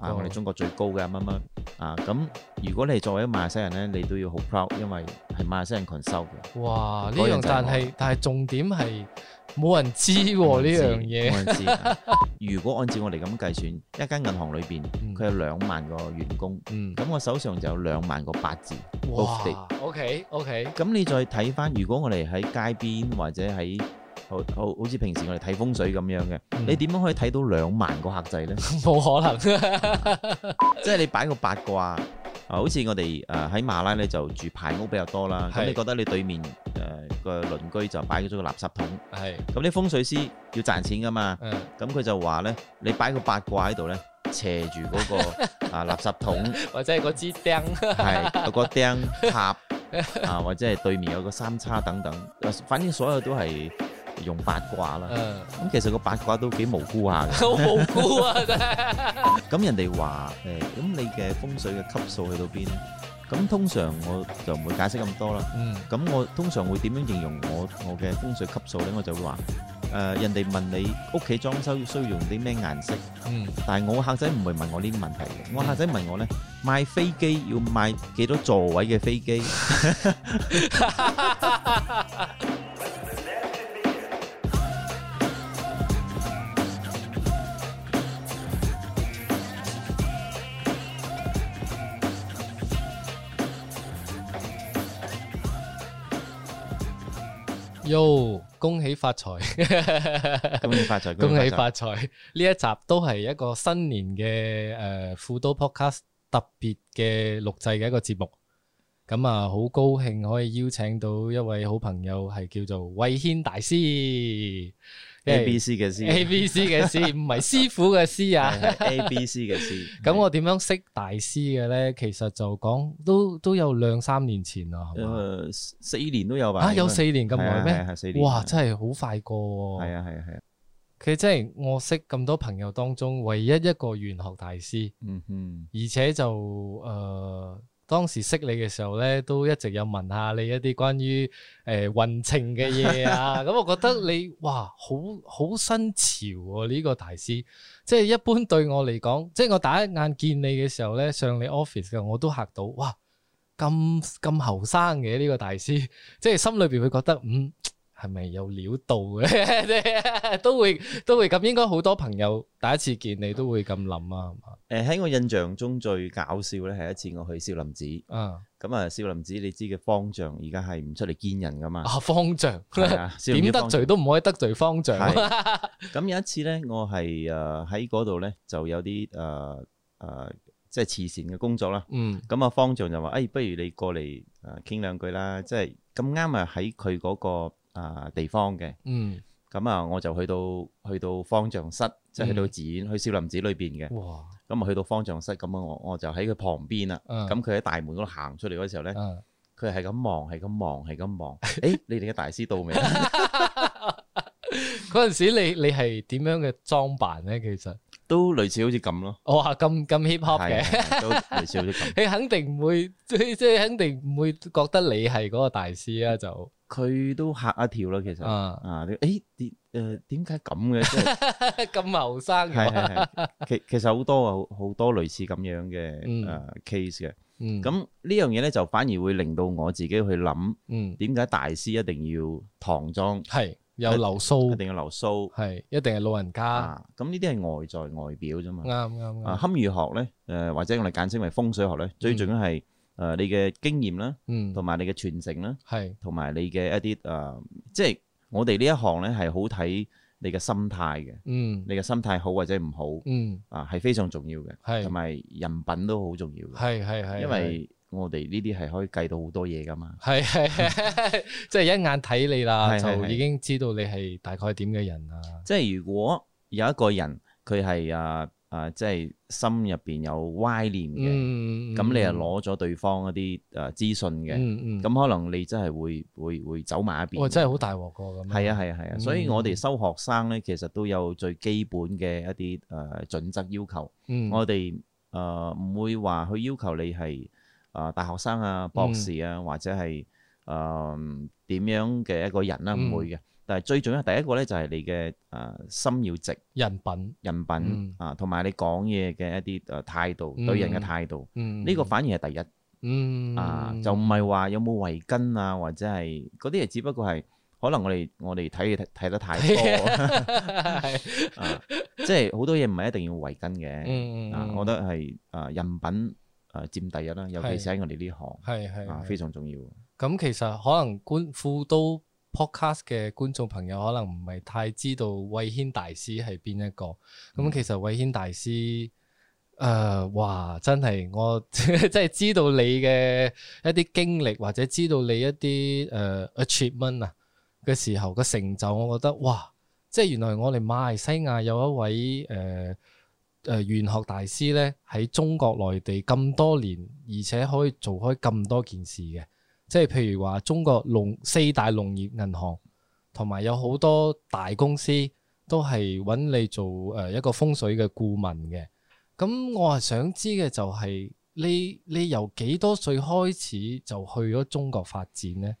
啊，哦我哋中國最高嘅乜乜啊。咁如果你作為一個馬來西亞人咧，你都要好 proud，因為係馬來西亞人 control 嘅。哇！呢嗰樣樣就係但我係但係重點係冇人知喎呢樣嘢。冇人知。啊 如果按照我哋咁計算，一間銀行裏邊嗯佢有兩萬個員工，嗯，咁我手上就有兩萬個八字。哇 both ！OK OK，咁你再睇翻，如果我哋喺街邊或者喺好好好似平時我哋睇風水咁樣嘅，嗯你點樣可以睇到兩萬個客仔呢？冇 可能？即係你擺個八卦啊，好似我哋誒呃喺馬拉咧就住排屋比較多啦。咁係你覺得你對面誒呃個鄰居就擺咗個垃圾桶，係咁啲風水師要賺錢噶嘛，嗯，咁佢就話咧，你擺個八卦喺度咧，斜住嗰個啊垃圾桶 或者係嗰支釘。係有個釘塔啊，或者係對面有個三叉等等，呃反正所有都係用八卦啦。嗯，咁其實個八卦都幾無辜下嘅。 好無辜啊！真係。咁人哋話誒，咁你嘅風水嘅級數去到邊咧？咁通常我就唔會解釋咁多啦。嗯咁我通常會點樣形容我我嘅風水級數咧？我就會話誒、人哋問你屋企裝修需要用啲咩顏色，嗯，但係我客仔唔會問我呢啲問題嘅。我客仔問我咧，買飛機要買幾多座位嘅飛機？喲，恭喜發財！恭喜發財！恭喜財！發財！呢一集都係一個新年嘅誒、呃富都 Podcast 特別嘅錄製嘅一個節目。咁啊，好高興可以邀請到一位好朋友，係叫做慧軒大師 A B C 嘅 C， A B C 嘅師，唔係師傅嘅師啊。 A B C 嘅 C。咁我點樣識大師嘅咧？其實就講都都有兩三年前啦，係嘛？誒四年都有吧？啊，有四年咁耐係啊咩？係啊四年。哇，真係好快過喎！係啊係啊係啊。佢真係我識咁多朋友當中唯一一個玄學大師，嗯哼。而且就誒、呃、當時識你嘅時候咧，都一直有問下你一啲關於誒運程嘅嘢啊。咁我覺得你哇，好好新潮喎、呢、個大師，即係一般對我嚟講，即係我第一眼見你嘅時候咧，上你 office 嘅我都嚇到，哇！咁咁後生嘅呢個大師， 即係心裏邊會覺得嗯。係咪有料到嘅？ 都會都會咁，應該好多朋友第一次見你都會咁諗啊，係嘛？誒喺我印象中最搞笑咧係一次我去少林寺，啊咁啊少林寺你知嘅方丈而家係唔出嚟見人噶嘛，啊方丈，係 啊，少林點寺方得丈。罪都唔可以得罪方丈。咁有一次咧，我係呃誒喺嗰度咧就有啲誒誒呃即係慈善嘅工作啦。嗯咁啊方丈就話：，誒、不如你過嚟誒傾兩句啦，即係咁啱啊喺佢嗰個啊地方嘅。嗯，咁啊我就去到去到方丈室，即係去到寺院，去少林寺裏邊嘅。哇，咁啊去到方丈室，咁啊我我就喺佢旁邊啦。嗯咁佢喺大門嗰度行出嚟嗰時候咧。嗯佢係咁望，係咁望，係咁 望。誒，你哋嘅大師到未？嗰陣時你你係點樣嘅裝扮咧？其實都類似好似咁咯，哇咁咁 hip hop 係嘅，係係都類似好 似咁。你肯定唔會 即係即係肯定唔會覺得你係嗰個大師啊，就佢都嚇一跳啦，其實啊 啊，誒點誒點解咁嘅？即係咁後生係嘅，係係，其其實好多啊，好好多類似咁樣嘅嗯誒 case 嘅。嗯咁呢樣嘢咧，就反而會令到我自己去諗，嗯點解大師一定要唐裝，係有流一蘇，定要留鬚係一定係老人家，啊？咁呢啲係外在外表啫嘛。啱啱啊，啱，堪輿學咧，誒、呃或者我哋簡稱為風水學咧，最重要係誒你嘅經驗啦，嗯同埋你嘅傳承啦，係同埋你嘅一啲誒、呃即係我哋呢一行咧係好睇你嘅心態嘅，嗯你嘅心態好或者唔好嗯啊，係非常重要嘅，係同埋人品都好重要嘅，係係係，因為我哋呢啲係可以計到好多嘢噶嘛。係係， 即係一眼睇你啦，係係就係已經知道你係大概點嘅人啦。即係如果有一個人佢係啊啊，即係心入邊有歪念嘅，嗯，咁、你又攞咗對方一啲誒資訊嘅。嗯嗯，咁可能你真係會會會走埋一邊。哇，真係好大鑊個咁。係啊係啊係啊，嗯所以我哋收學生咧，其實都有最基本嘅一啲誒、呃、準則要求。嗯，我哋誒唔會話去要求你係誒、呃大學生啊、博士啊，或者係誒點樣嘅一個人啦、嗯唔會嘅。但係最重要第一個咧就係你嘅誒心要直、人品，人品、嗯啊，同埋你講嘢嘅一啲誒態度，嗯對人嘅態度，嗯，呢、個反而係第一。嗯啊， 就唔係話有冇圍巾啊，或者係嗰啲嘢，只不過係可能我哋我哋睇嘢睇得太 多，係啊、即係好多嘢唔係一定要圍巾嘅。嗯啊，我覺得係啊人品啊佔第一啦，尤其是喺我哋呢行係係啊係非常重要。咁其實可能觀富都 podcast 嘅觀眾朋友可能唔係太知道慧軒大師係邊一個。咁、嗯其實慧軒大師，誒、呃哇！真係我 即係知道你嘅一啲經歷，或者知道你一啲誒、achievement 啊嘅時候個成就，我覺得哇！即係原來我哋馬來西亞有一位誒誒、玄學大師咧，喺中國內地咁多年，而且可以做開咁多件事嘅。即係譬如話中國農四大農業銀行，同埋有好多大公司都係揾你做誒一個風水嘅顧問嘅。咁我係想知嘅就係、你你由幾多歲開始就去咗中國發展呢？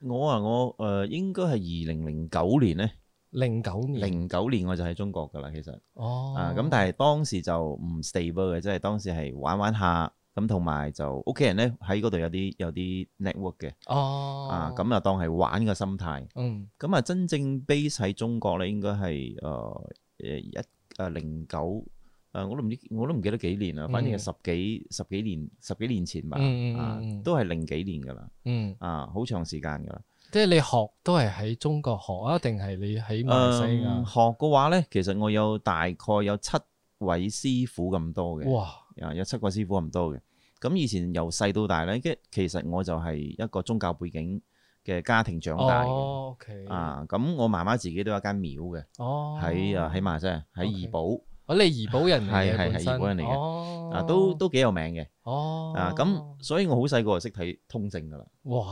我啊我誒、呃、應該係二零零九年咧，零九年零九年我就喺中國㗎啦，其實嗯哦，啊咁，但係當時就唔 stable 嘅，即係當時係玩玩下。咁同埋就屋企人咧喺嗰度有啲有啲 network 嘅，哦啊咁啊當係玩嘅心態，嗯咁啊，真正 base 喺中國咧，應該係誒誒一誒零九誒，我都唔知，我都唔記得幾年啦，反正係十幾十幾年十幾年前吧，嗯嗯嗯嗯啊嗯，都係零幾年噶啦，嗯，啊，好長時間噶啦。即係你學都係喺中國學啊，定係你啊喺馬來西誒亞？嗯學嘅話咧，其實我有大概有七位師傅咁多嘅，哇，啊，有七個師傅咁多嘅。咁以前由細到大咧，跟其實我就係一個宗教背景嘅家庭長大嘅，哦，OK，，啊，咁我媽媽自己都有一間廟嘅。哦，喺啊喺馬來西亞喺 OK 怡保我哦你怡保人嚟嘅係係係本身怡保人嚟嘅哦啊，都都幾有名嘅哦啊。咁所以我好細個就識睇通證 噶啦，哇，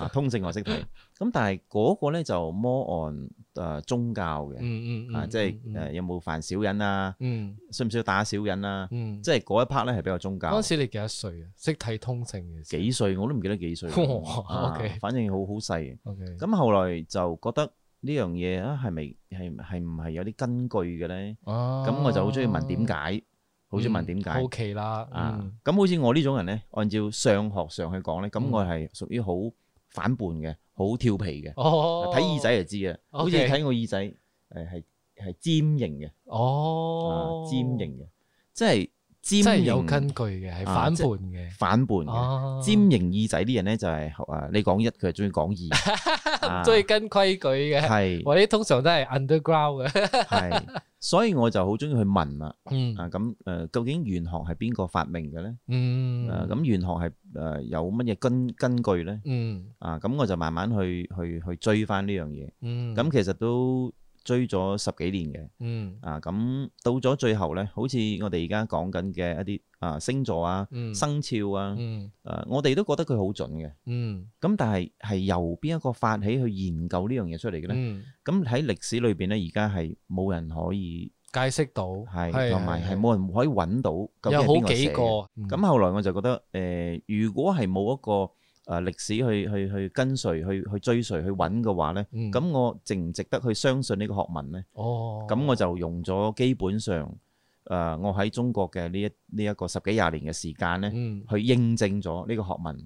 啊通證我識睇。咁但係嗰個咧就 more on 誒宗教嘅嗯嗯啊，嗯即係誒有冇犯小人啊，嗯需唔需要打小人啊？嗯，即即係嗰一 part 咧係比較宗係教嗰。時你幾多歲啊？識睇通勝嘅時幾歲我都唔記得幾歲哇啊 OK 反正好好細嘅。候，OK，咁後來就覺得呢樣嘢啊係咪係係唔係有啲根據嘅咧？咁咁我就好中意問點解，好中意問點解。哦嗯好奇啦，啊嗯，咁好似我呢種人咧，按照上學上去講咧，咁嗯我係屬於好反叛嘅，好調皮嘅。哦，啊睇耳仔就知啦，好似 OK 睇我耳仔，誒係係尖形嘅，哦啊，尖形嘅，即係尖真係形有根據嘅，係啊反叛即係嘅，反叛嘅。哦，尖形耳仔啲人咧就係誒，你講一佢就中意講 二，啊唔中意跟規矩嘅， 係我哋通常都係 underground 嘅，係，所以我就好中意去問啦。嗯啊咁誒，究竟玄學係邊個發明嘅咧？嗯，誒啊咁玄學係誒有乜嘢根根據咧？嗯啊，咁我就慢慢去去去追翻呢樣嘢。嗯咁、其實都追咗十幾年嘅。嗯啊，咁到咗最後呢，好似我哋而家講緊嘅一啲啊星座啊、嗯生肖啊，誒、嗯我哋都覺得佢好準嘅。嗯咁但係係由邊一個發起去研究呢樣嘢出嚟嘅呢？嗯咁喺、歷史裏邊呢，而家係冇人可以解釋到係，同埋係冇人可以揾到究竟有係邊好個幾寫個嘅。嗯咁後來我就覺得，誒、呃如果係冇一個誒、呃、歷史去去去跟隨、去去追隨、去揾嘅話呢，嗯咁、我值唔值得去相信呢個學問呢？哦，咁、我就用咗基本上誒、呃我喺中國嘅呢一呢一、個十幾廿年嘅時間呢，嗯，去印證咗呢個學問。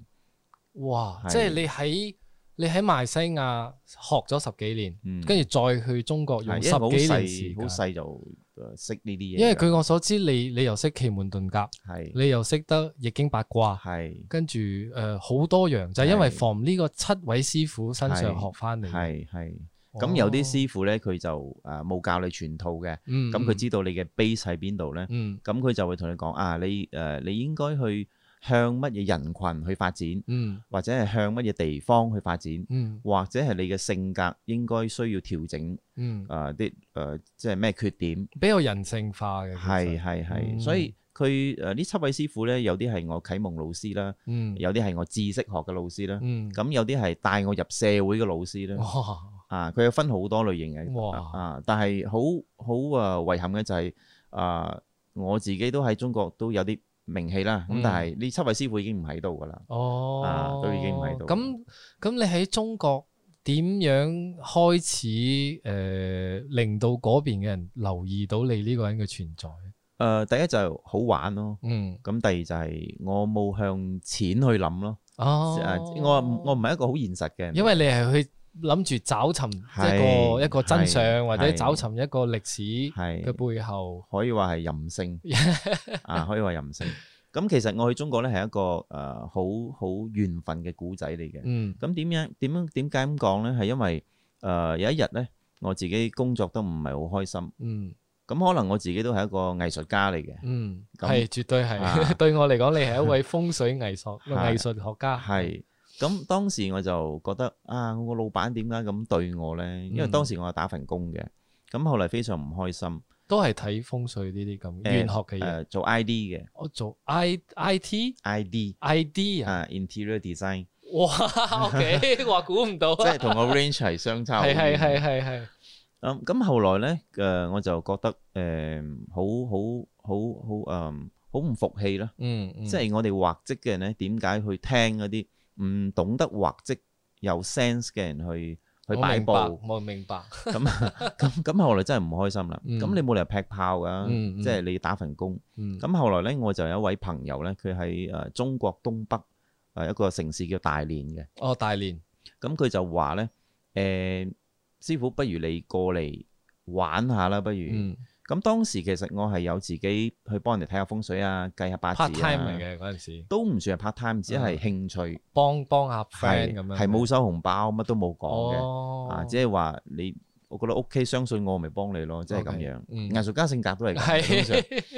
哇！係即係你喺你喺馬來西亞學咗十幾年，嗯，跟住再去中國用係十因為我好幾年細時好間。細就誒識呢啲嘢㗎。因為據我所知，你你又識奇門遁甲，係你又識得易經八卦，係跟住誒好多樣，就係因為從呢個七位師傅身上係學翻嚟。係係。哦咁有啲師傅呢，佢就誒冇、教你全套嘅，嗯，咁佢知道你嘅 base 喺邊度呢。嗯咁佢就會同你講啊，你誒、呃你應該去向乜嘢人群去發展，嗯或者係向乜嘢地方去發展，嗯或者係你嘅性格應該需要調整嗯，誒啲誒即係咩缺點，比較人性化嘅。其實係，係嗯係，所以佢誒呢七位師傅咧，有啲係我啟蒙老師啦，嗯有啲係我知識學嘅老師啦，嗯咁有啲係帶我入社會嘅老師啦。哇啊，佢有分好多類型嘅，哇啊，但係好好啊遺憾嘅就係、啊，我自己都喺中國都有啲名氣啦，咁、嗯但係呢七位師傅已經唔喺度噶啦，哦，啊都已經唔喺度咁咁，你喺中國點樣開始誒、呃令到嗰邊嘅人留意到你呢個人嘅存在？誒第一就係好玩咯，嗯，咁第二就係我冇向錢去諗咯。哦，誒啊我我唔係一個好現實嘅人，因為你係去諗住找尋一個係一個真相，係或者找尋一個歷史嘅係背後。可以話係任性 啊，可以話任性。咁其實我去中國咧係一個誒好好緣分嘅古仔嚟嘅。嗯咁點樣點樣點解咁講咧？係因為誒、呃有一日咧，我自己工作都唔係好開心。嗯咁可能我自己都係一個藝術家嚟嘅，嗯，咁係絕對係。啊 對我嚟講，你係一位風水藝術 係藝術學家。係。咁當時我就覺得啊，我個老闆點解咁對我咧？因為當時我係打份工嘅，咁後嚟非常唔開心。都係睇風水呢啲咁誒玄學嘅誒、嘢。做 ID 嘅我做 I I T ID I D 啊，啊，interior design，哇，OK，話 估唔到即啊，係同個 range 係相差好係係遠。係係係，咁咁後來咧，誒、我就覺得誒、好好好好誒好唔服氣啦。嗯，嗯即係我哋畫則嘅人咧，點解去聽嗰啲唔懂得畫則有 sense 嘅人去去擺布？我明白我明白，咁 咁咁後來真係唔開心啦。嗯咁、你冇理由劈炮㗎，嗯嗯即係你打份工。嗯咁後來咧，我就有一位朋友咧，佢喺誒中國東北誒、呃一個城市叫大連嘅。哦，大連，咁佢就話咧，誒、師傅，不如你過嚟玩下啦，不如。嗯咁當時其實我係有自己去幫人哋睇下風水啊，計下八字啊，part time 嚟嘅嗰陣時，都唔算係 part time，只係興趣，幫幫下係 friend 咁樣，係冇收紅包，乜都冇講嘅，哦，啊，只係話你，我覺得 OK，相信我咪幫你咯，即係咁 OK，樣。嗯藝術家性格都係呃咁通常。係，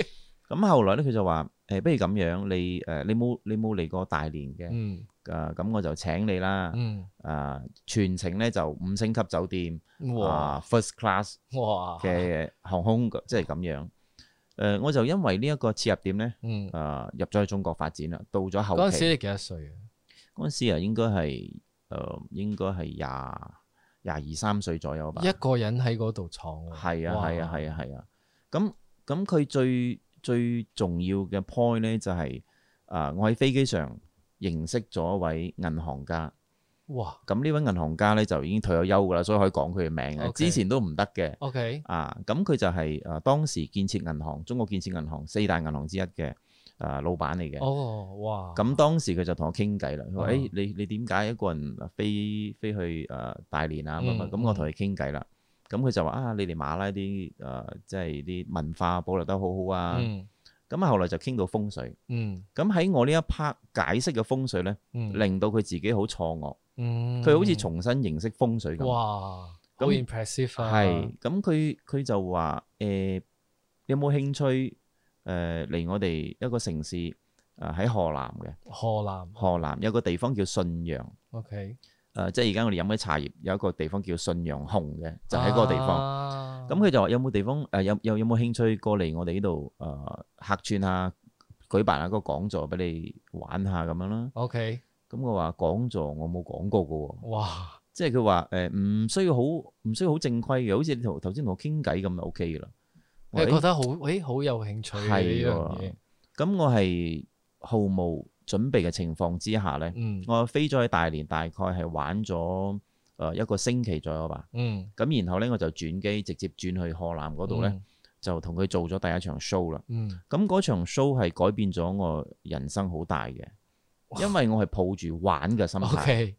咁後來咧，佢就話：誒，不如咁樣，你誒你冇你冇嚟過大連嘅，嗯誒咁我就請你啦，嗯，誒全程咧就五星級酒店，哇啊 first class 哇，嘅航空，即係咁樣。誒，我就因為呢一個切入點咧。嗯，誒、入咗去中國發展啦，到咗後嗰陣時期你幾多歲啊？嗰陣時啊，應該係誒、應該係廿廿二三歲左右吧。一個人喺嗰度闖喎，啊係啊哇係啊係啊係啊，咁咁佢最最重要嘅 point 咧就係、啊我喺飛機上認識咗一位銀行家，哇咁呢位銀行家咧就已經退咗休㗎啦，所以可以講佢嘅名嘅 OK 之前都唔得嘅。 ，OK，啊，咁佢就係、誒、當時建設銀行，中國建設銀行四大銀行之一嘅誒、老闆嚟嘅。哦，哇，咁當時佢就同我傾偈啦，佢話：，啊誒、你你點解一個人飛飛去誒、呃大連啊？咁啊嗯咁我同佢傾偈啦。咁佢就話：啊，你哋馬拉啲誒、呃即係啲文化保留得好好啊。嗯咁啊、後來就傾到風水。嗯咁喺我呢一 part 解釋嘅風水咧，嗯，令到佢自己好錯愕，嗯佢好似重新認識風水咁。哇，好咁 impressive 啊！係，咁佢佢就話：誒、你有冇興趣誒嚟、我哋一個城市誒喺、河南嘅？河南河南有個地方叫信陽。 ，OK，誒、即係而家我哋飲嘅茶葉有一個地方叫信陽紅嘅，就喺嗰個地方。À. 方咁佢、就話有冇地方誒、有有有冇興趣過嚟我哋呢度誒客串下，舉辦下個講座俾你玩下咁樣啦。 OK，咁我話講座我冇講過嘅喎，哇，即係佢話誒唔需要好唔需要好正規嘅，好似你頭頭先同我傾偈咁就 OK 嘅啦。我話你覺誒得好，誒，好有興趣嘅係呢樣喎嘢，，咁我係毫無準備嘅情況之下咧，嗯我飛咗去大連，大概係玩咗誒一個星期左右吧。嗯，咁然後咧我就轉機直接轉去河南嗰度咧，就同佢做咗第一場 show 啦。嗯，嗯，咁嗰場 show 係改變咗我人生好大嘅，因為我係抱住玩嘅心態， ，OK，OK，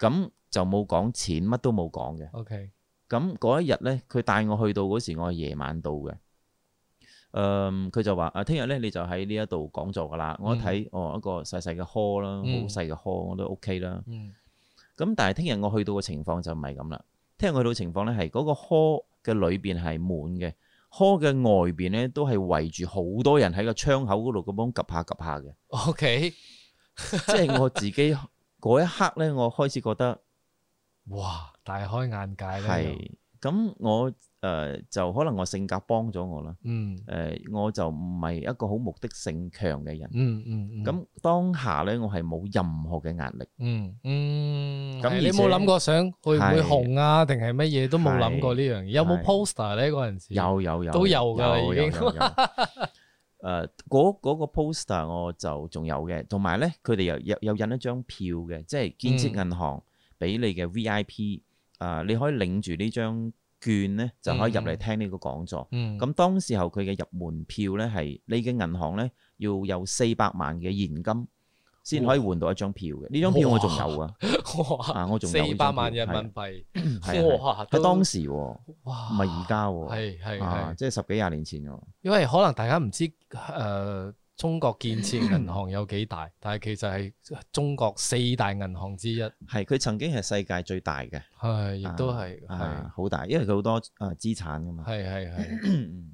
咁就冇講錢，乜都冇講嘅。咁嗰一日咧，佢帶我去到嗰時，我係夜晚到嘅。誒、佢就話：啊，聽日咧你就喺呢一度講座噶啦。我一睇，哦，一個細細嘅 hall 啦，嗯好細嘅 hall，我都 OK 啦。嗯，咁但係聽日我去到嘅情況就唔係咁啦。聽日我去到嘅情況咧係嗰個 hall 嘅裏邊係滿嘅，hall 嘅外邊咧都係圍住好多人喺個窗口嗰度咁樣 𥄫 下 𥄫 下 嘅。 ，OK，即係我自己嗰一刻咧，我開始覺得哇，大開眼界啦，又係咁，我誒、呃就可能我性格幫咗我啦。嗯，誒、我就唔係一個好目的性強嘅人。嗯嗯，嗯咁、，當下咧，我係冇任何嘅壓力。嗯嗯，咁係而你且冇諗過想會唔會係紅啊，定係乜嘢都冇諗過呢樣嘢，有係冇 poster 咧嗰陣時？有有有都有㗎啦有已經有 有有誒嗰嗰個 poster 我就仲有嘅，同埋咧佢哋又有有印一張票嘅，即係建設銀行俾你嘅 V I P，啊，你可以領住呢張券咧，就可以入嚟聽呢個講座。嗯，咁當時候佢嘅入門票咧係你嘅銀行咧要有四百萬嘅現金先可以換到一張票嘅。呢張票我仲有 啊， 哇，啊我仲有呢四百張票萬人民係幣，啊係啊哇，係都喺當時喎，唔哇，係而家喎，係係啊係，即係十幾廿年前喎。因為可能大家唔知诶、呃中國建設銀行有 幾大，但係其實係中國四大銀行之一，係佢曾經係世界最大嘅，係亦都係係啊好大，因為佢好多啊資產噶嘛。 係係係，嗯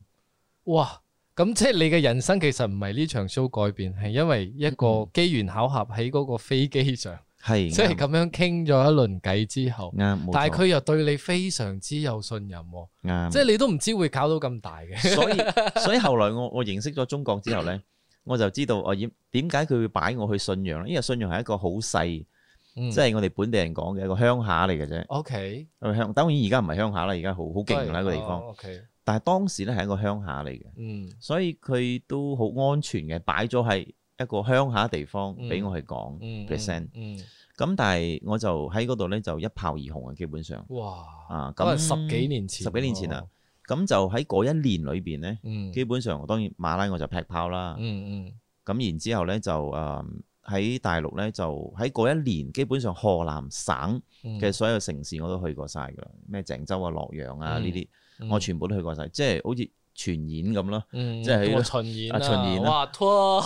哇！咁即係你嘅人生其實唔係呢場 show 改變，係因為一嗯個機緣巧合喺嗰個飛 機上，係即係啱咁樣傾咗一輪偈之後，啊啱，冇錯但係嗯佢又對你非常之有信任喎，啱即係你都唔知會搞到咁大嘅。所以所以後來我我認識咗中國之後咧，我就知道我點點解佢會擺我去信陽咧，因為信陽係一個好細，嗯即係我哋本地人講嘅一個鄉下嚟嘅啫。 ，OK，呃鄉當然而家唔係鄉下啦，而家好好勁啊啦個地哦方， ，OK，但係當時咧係一個鄉下嚟嘅，嗯所以佢都好安全嘅，擺咗係一個鄉下地方嗯俾我去講嗯 present。嗯，咁但係我就喺嗰度咧就一炮而紅啊，基本上哇！啊咁咁十幾年前，十幾年前啊，，咁就喺嗰一年裏邊咧，嗯，基本上當然馬拉我就劈炮啦。嗯嗯，咁然之後咧就誒喺、大陸咧就喺嗰一年，基本上河南省嗯嘅所有城市我都去過晒㗎啦，咩鄭州啊、洛陽啊嗯呢啲，我，全部都去過晒，即係好似全演咁 咯。即即係喺巡演啊，啊巡演啊哇，拖，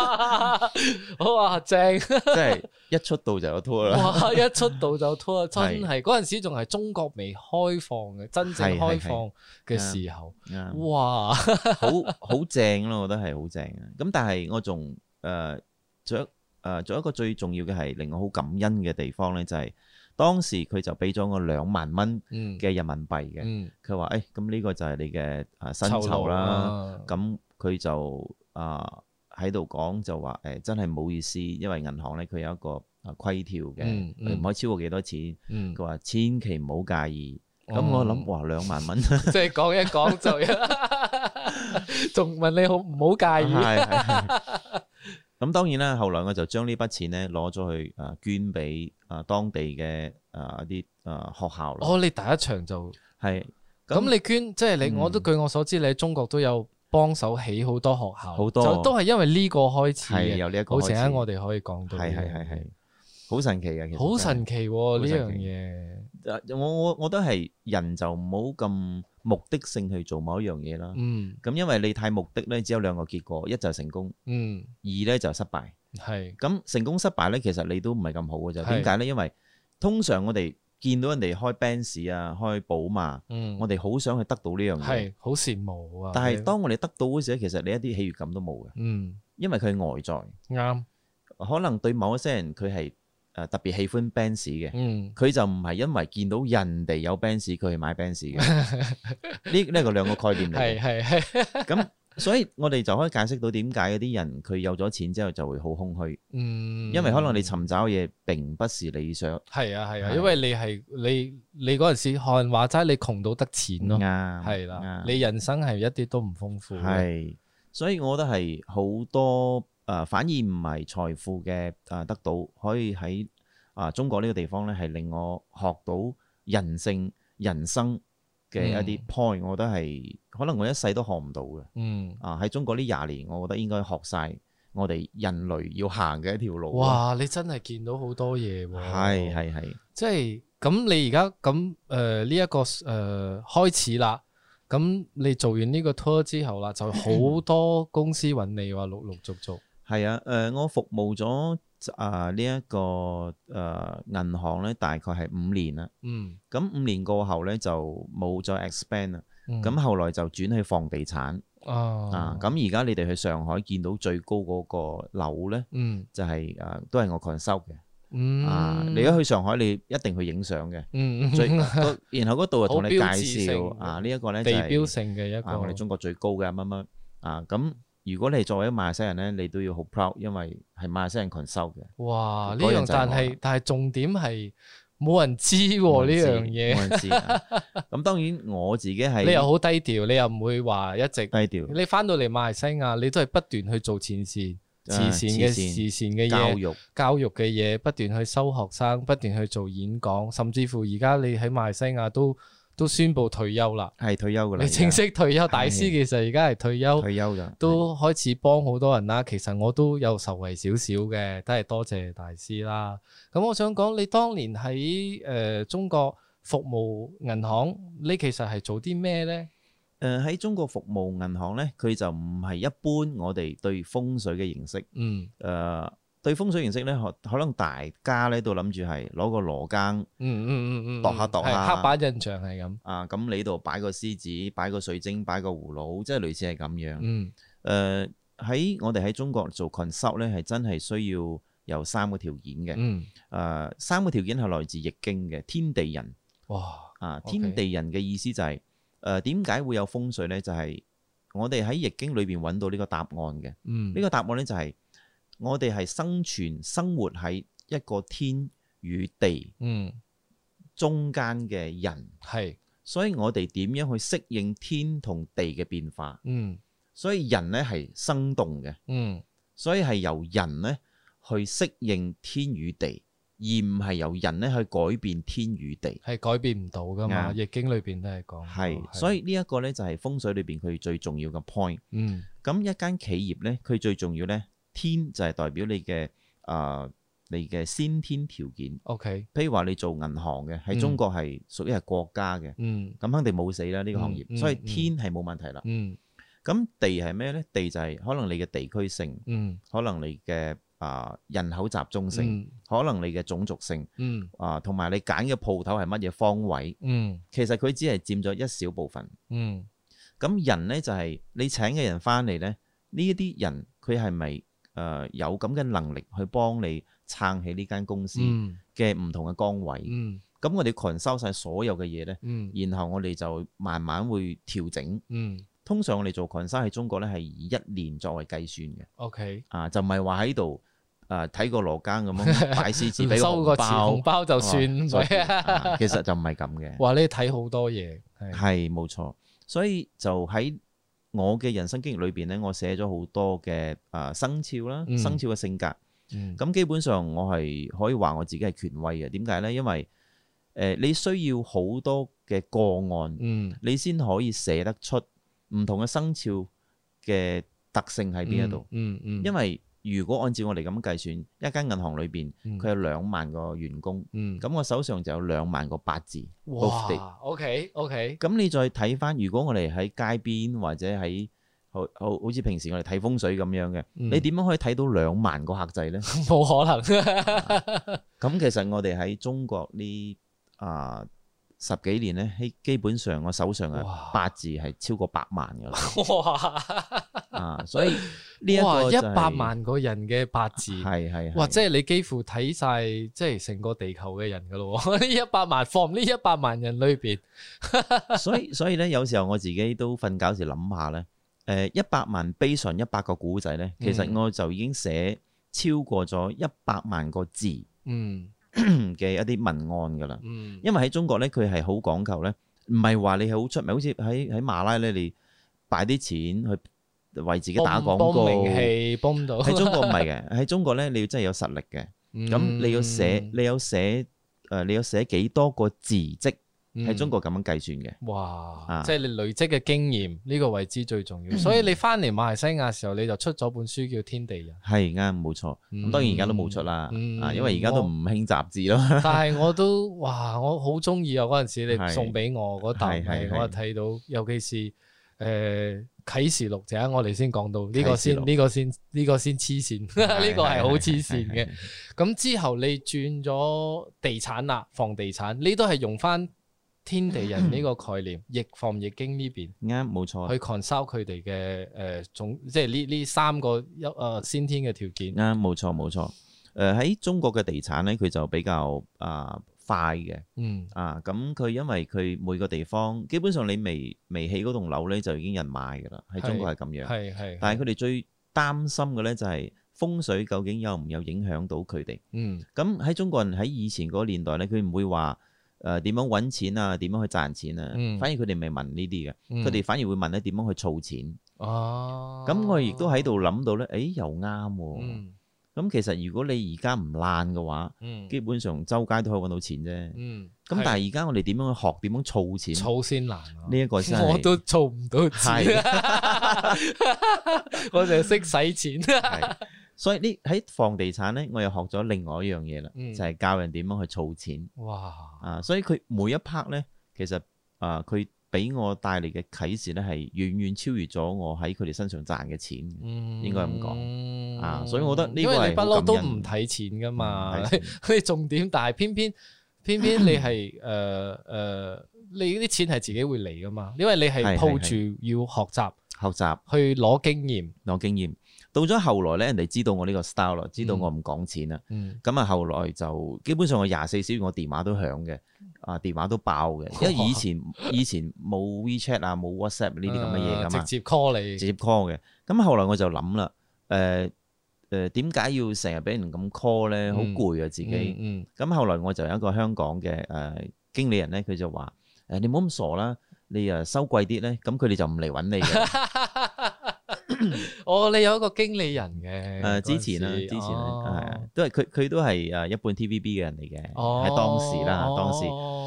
哇 正，即係一出道就有 tour 啦，哇一出道就拖，真 係係嗰陣時仲係中國未開放嘅，真正係係嗯開係放嘅時候，啱哇，好好正咯，我覺得係好正嘅。咁但係我仲誒仲有誒仲有一個最重要嘅係令我好感恩嘅地方咧，就係、當時佢就俾咗我兩萬蚊嗯嘅人民幣嘅，嗯，佢話誒咁呢個就係你嘅誒薪酬酬勞啦。啊，咁佢就啊喺度講就話誒、呃真係唔好意思，因為銀行咧佢有一個啊規條嘅，嗯佢唔、嗯可以超過幾多錢。嗯哦佢話千祈唔好介意。咁我諗哇兩萬蚊， 即係講一講就， 仲問你好唔好介意？係係係咁當然啦，後來我就將呢筆錢咧攞咗去啊捐俾啊當地嘅啊一啲啊學校咯，哦，你第一場就。係咁你捐即係嗯你，我都據我所知，你喺中國都有幫手起好多學校，好多就都係因為呢個開始係啊嘅。有呢一個好似開啱始我哋可以講到呢係樣嘢，係係係好神奇嘅，其實好真係神奇喎好呢神樣奇嘢。啊我我我都係人就唔好咁目的性去做某一樣嘢啦。嗯咁因為你太目的咧，只有兩個結果，一就係成功，嗯，二咧就係失敗。係咁成功失敗咧，其實你都唔係咁好嘅啫。係點解咧？因為通常我哋見到人哋開 Benz 啊、開寶馬，嗯，我哋好想去得到呢樣嘢。係好羨慕啊。但你係當我哋得到嗰時咧，其實你一啲喜悦感都冇嘅，嗯因為佢係外在。啱可能對某一些人佢係誒特別喜歡 Benz 嘅。嗯佢就唔係因為見到人哋有 Benz 佢去買 Benz 嘅，呢呢個兩個概念嚟嘅係。係係 咁所以我哋就可以解釋到點解嗰啲人佢有咗錢之後就會好空虛，嗯，因為可能你尋找嘅嘢並不是理想係啊係啊，係因為你係你你嗰陣時學人話齋，你窮到得錢咯，嗯啱係啦，啱你人生係一啲都唔豐富嘅，係，所以我覺得係好多誒、呃反而唔係財富嘅誒、呃得到，可以喺啊、中國呢個地方咧，係令我學到人性、人生嘅一啲 point，、我覺得係可能我一世都學唔到嘅。嗯。啊，喺中國呢廿年，我覺得應該學晒我哋人類要行嘅一條路。！哇！你真係見到好多嘢喎、啊係，係係。即係咁你而家咁誒呢一個誒、呃、開始啦，咁你做完呢個 tour 之後啦，就好多公司揾你話陸陸續續，係啊，誒、我服務咗啊呢一個誒、呃、銀行咧，大概係五年啦。嗯，咁五年過後咧就冇再 expand 啦。嗯咁、後來就轉去房地產啊啊。，咁而家你哋去上海見到最高嗰個樓咧，嗯就係、啊都係我 consult 嘅。嗯啊，你一去上海，你一定去影 相嘅。嗯最嗯嗰然後嗰度就同你介好標誌性紹啊，呢、一個咧地就標係、性嘅一個，啊，我哋中國最高嘅乜乜啊，咁如果你係作為一個馬來西亞人咧，你都要好 proud，因為係馬來西亞人 consult 嘅。哇！呢嗰樣樣就係但我係啦但係重點係冇人知喎呢樣嘢，冇人知。 冇人知啊咁當然我自己係你又好低調，你又唔會話一直。低調，你翻到嚟馬來西亞，你都係不斷去做前線，慈善啊嘅慈善慈善嘅教嘢、育教育嘅嘢，不斷去收學生，不斷去做演講，甚至乎而家你喺馬來西亞都都宣布退休啦，係退休㗎啦，你正式退休，大啊係師其實而家係退而家休。退休㗎，都開始幫好多人啦。其實我都有受惠少少嘅，都係多謝大師啦。咁我想講，你當年喺誒、呃中國服務銀行，你其實係做啲咩呢？誒呃喺中國服務銀行咧，佢就唔係一般我哋對風水嘅認識。嗯誒、對風水認識咧，可可能大家咧都諗住係攞個羅庚嗯嗯嗯嗯，度下度下係刻板印象係咁。啊，咁你度擺個獅子、擺個水晶、擺個葫蘆，即係類似係咁樣。誒喺、嗯我哋喺中國做 consult 咧，係真係需要有三個條件嘅。誒、嗯，三個條件係來自易經嘅天地人哇，啊， OK 天地人嘅意思就係誒點解會有風水咧？就係、我哋喺易經裏邊揾到呢個答案嘅。嗯呢個答案呢，就係我哋係生存生活喺一個天與地嗯中間嘅人，係所以我哋點樣去適應天同地嘅變化？嗯所以人呢係生動嘅，嗯所以係由人呢去適應天與地，而唔係由人呢去改變天與地。係改變唔到噶嘛，啱易經裏邊都哦係講。係，所以以呢一個呢，就係風水裏邊佢最重要嘅 point。嗯咁一間企業咧，佢最重要咧，天就係代表你嘅啊、你嘅先天條件。 OK 譬如話你做銀行嘅，嗯喺中國係屬於係國家嘅，嗯咁肯定冇死啦呢個行嗯嗯業，所以天係冇問題啦。嗯咁地係咩咧？地就係可能你嘅地區性，嗯可能你嘅啊、人口集中性，嗯可能你嘅種族性嗯啊，同埋你揀嘅鋪頭係乜嘢方位，嗯其實佢只係佔咗一小部分。嗯咁人呢，就係、你請嘅人翻嚟呢，呢一啲人佢係咪誒有咁嘅能力去幫你撐起呢間公司嗯嘅唔同嘅崗位？嗯咁、我哋群收晒所有嘅嘢呢，嗯然後我哋就慢慢會調整。嗯通常我哋做群收喺中國呢，係以一年作為計算嘅， ，OK。啊就唔係話喺度誒睇個羅庚咁樣擺獅子俾個收個紅錢包紅，包就算，唔係係嘛啊啊！其實就唔係咁嘅。 哇，你睇好多嘢，係係冇錯，所以就喺我嘅人生經歷裏邊咧，我寫咗好多嘅啊、生肖啦，嗯生肖嘅性格。嗯咁、基本上我係可以話我自己係權威嘅。點解呢？因為誒、呃你需要好多嘅個案，嗯你先可以寫得出唔同嘅生肖嘅特性喺邊一度。？嗯嗯，因為如果按照我哋咁計算，一間銀行裏邊嗯佢有兩萬個員工，嗯咁我手上就有兩萬個八字。both 哇 day ，OK OK，咁你再睇翻，如果我哋喺街邊或者喺好好好似平時我哋睇風水咁樣嘅，你你點樣可以睇到兩萬個客仔呢？嗯 冇可能？咁其實我哋喺中國呢啊、十幾年呢，基基本上我手上哇嘅八字係超過百萬 㗎啦哇，啊，所以呢一哇個一百萬個人嘅八字。係係哇！係即係你幾乎睇晒，即係成個地球嘅人噶咯喎。呢 一百萬放呢一百萬人裏邊，所以所以咧，有時候我自己都瞓覺時諗下咧，誒一百萬 b a s 一百個古仔咧，其實嗯我就已經寫超過咗一百萬個字嗯嘅一啲文案㗎啦。嗯因為喺中國咧，佢係好講究咧，唔係話你係好出名，好似喺喺馬拉咧，你擺啲錢去為自己打廣幫告。名氣幫到，喺中國唔係嘅，喺中國咧你要真係有實力嘅，咁嗯你要寫，你有寫誒、呃你有寫幾多個字跡喺中國。國咁樣計算嘅。嗯哇！啊即係你累積嘅經驗呢、個為之 最重要，所以你翻嚟馬來西亞時候，你就出咗本書叫《天地人係啱，冇錯。咁當然而家都冇出啦，嗯啊，因為而家都唔興雜誌》， 啦。但係我都哇，我好中意啊！嗰陣時你係送俾我嗰啖係係米，係我睇到，尤其是誒、呃、啟示錄，陣間我哋先講到呢個啟示先，錄呢個先，呢個先黐 線， 呢個係好黐線嘅。係。係咁之後你轉咗地產啦，房地產，你都係用翻天地人呢個概念，易房易經呢邊。啱，冇錯。去 consult 佢哋嘅誒總，即係呢呢三個一誒、呃先天嘅條件。啱，冇錯，冇錯。誒、喺中國嘅地產咧，佢就比較啊、快嘅。嗯啊，咁佢因為佢每個地方基本上你未未起嗰棟樓咧，就已經有人買㗎啦。喺中國係咁樣，係係。但係佢哋最擔心嘅咧就係風水究竟有唔有影響到佢哋？嗯咁喺中國人喺以前嗰個年代咧，佢唔會話誒點樣揾錢啊，點樣去賺錢啊，嗯反而佢哋咪問呢啲嘅，嗯佢哋反而會問咧點樣去儲錢，哦，咁我亦都喺度諗到咧，誒又啱喎。嗯咁其實如果你而家唔爛嘅話，嗯基本上周街都可以揾到錢啫。嗯，咁但係而家我哋點樣去學點樣儲係錢？儲先難啊呢一個真 我都係做唔到錢，我 就係識 使錢。係。所以呢喺房地產咧，我又學咗另外一樣嘢啦，嗯就係教人點樣去儲錢哇，啊。所以佢每一 part 咧，其實啊，佢俾我帶嚟嘅啟示咧，係遠遠超越咗我喺佢哋身上賺嘅錢嘅。嗯應該咁講啊所以我覺得呢個因為係你不好嬲都感恩嗯唔睇錢噶嘛唔睇，錢 你重點，但係偏偏偏偏你係誒誒，你啲錢係自己會嚟噶嘛，因為你係係係抱住要學習學習去攞經驗，攞經驗，到咗後來咧，人哋知道我呢個 style 啦，知道嗯我唔講錢啦。嗯，咁啊，後來就基本上我廿四小時我電話都響嘅，啊電話都爆嘅，因為以前以前冇 WeChat 啊，冇 WhatsApp 呢啲咁嘅嘢噶啊直嘛，接 call 你直，接 call 嘅。咁後來我就諗啦，誒誒點解要成日俾人咁 call 咧？好嗯攰啊自己。嗯咁後來我就有一個香港嘅誒經理人咧，佢就話：誒你唔好咁傻啦，你誒收貴啲咧，咁佢哋就唔嚟揾你 嘅。哦，你有一個經理人誒嘅，之前啦，嗰陣時之前哦係啊都係佢佢都係誒一半 TVB 嘅人嚟嘅，哦，喺當時啦，當時。哦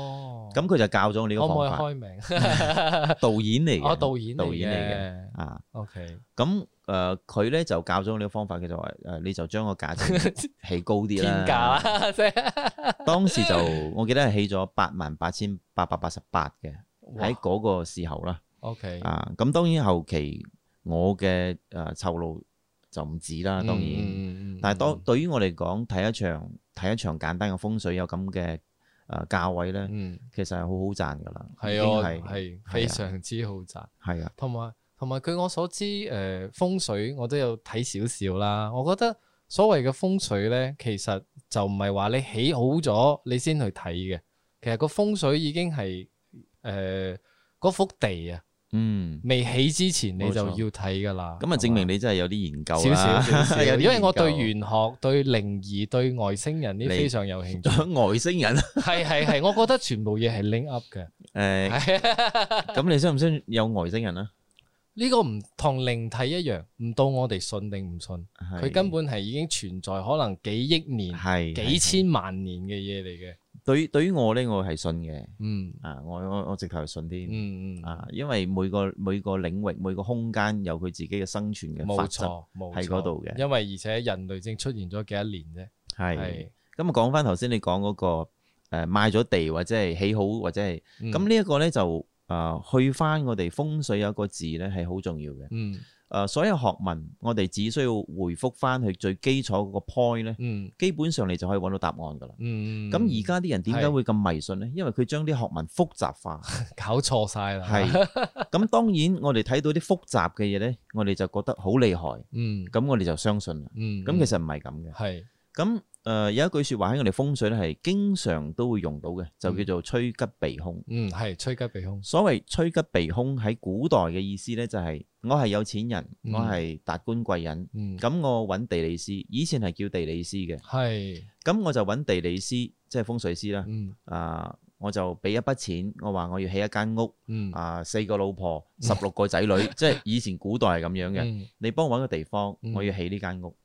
咁佢就教咗我呢可個唔可方以法，開名？導演嚟嘅，我導演導演嚟嘅嚟嘅啊。 ，OK，咁誒佢咧就教咗我呢個方法，佢就話誒你就將個價 錢起高啲天啦。價啦，即係 當時就我記得係起咗八萬八千八百八十八嘅， 喺嗰個時候啦。 OK，啊，咁當然後期我嘅誒酬勞就唔止嗯啦，當然。然但係當對於我嚟講，睇一場睇一場簡單嘅風水有咁嘅誒價位咧，嗯其實係好好賺㗎啦。已係經啊，係係非常之好賺，係啊，同埋同埋據我所知，誒風水我都有睇少少啦，我覺得。所謂嘅風水咧，其實就唔係話你起好咗你先去睇嘅，其實個風水已經係誒嗰幅地啊，嗯。未起之前你冇錯就要睇噶啦。咁啊，係證嘛明你真係有啲研究少啦，少少 少，有啲因為我對研啊玄學、對靈異、對外星人呢你非常有興 趣。 究外星人。啊係係係，我覺得全部嘢係 link up 嘅。誒，咁你相唔相信有外星人啊？呢個唔同靈體一樣，唔到我哋信定唔信，係佢根本係已經存在，可能幾億年、係幾。係千萬年嘅嘢嚟嘅。對於對於我咧，我係信嘅。嗯啊，我我我直頭係信添。嗯嗯，啊，因為每個每個領域、每個空間有佢自己嘅生存嘅法冇則。錯冇錯喺嗰度嘅因為而且人類正出現咗幾多年啫，係。係咁啊，講翻頭先你講嗰個誒賣咗地或者係起好或者係咁嗯呢一個咧就誒去翻我哋風水有一個字咧係好重要嘅。嗯誒、所有學問，我哋只需要回覆翻佢最基礎嗰個 point 咧，嗯基本上你就可以揾到答案噶啦。嗯，咁而家啲人點解會咁迷信呢？因為佢將啲學問複雜化，搞錯晒啦，係咁當然我哋睇到啲複雜嘅嘢呢，我哋就覺得好厲害，嗯咁我哋就相信啦。嗯，咁其實唔係咁嘅。係。咁誒、呃有一句説話喺我哋風水咧係經常都會用到嘅，就叫做趨吉避凶。嗯，係趨吉避凶。所謂趨吉避凶喺古代嘅意思呢，就係我係有錢人，嗯我係達官貴人。嗯，咁我揾地理師，以前係叫地理師嘅，係，咁我就揾地理師，即係風水師啦。嗯啊，我就俾一筆錢，我話我要起一間屋，嗯，啊，四個老婆，十六個仔 女，即係以前古代係咁樣嘅。嗯你幫我揾個地方嗯，我要起呢間屋。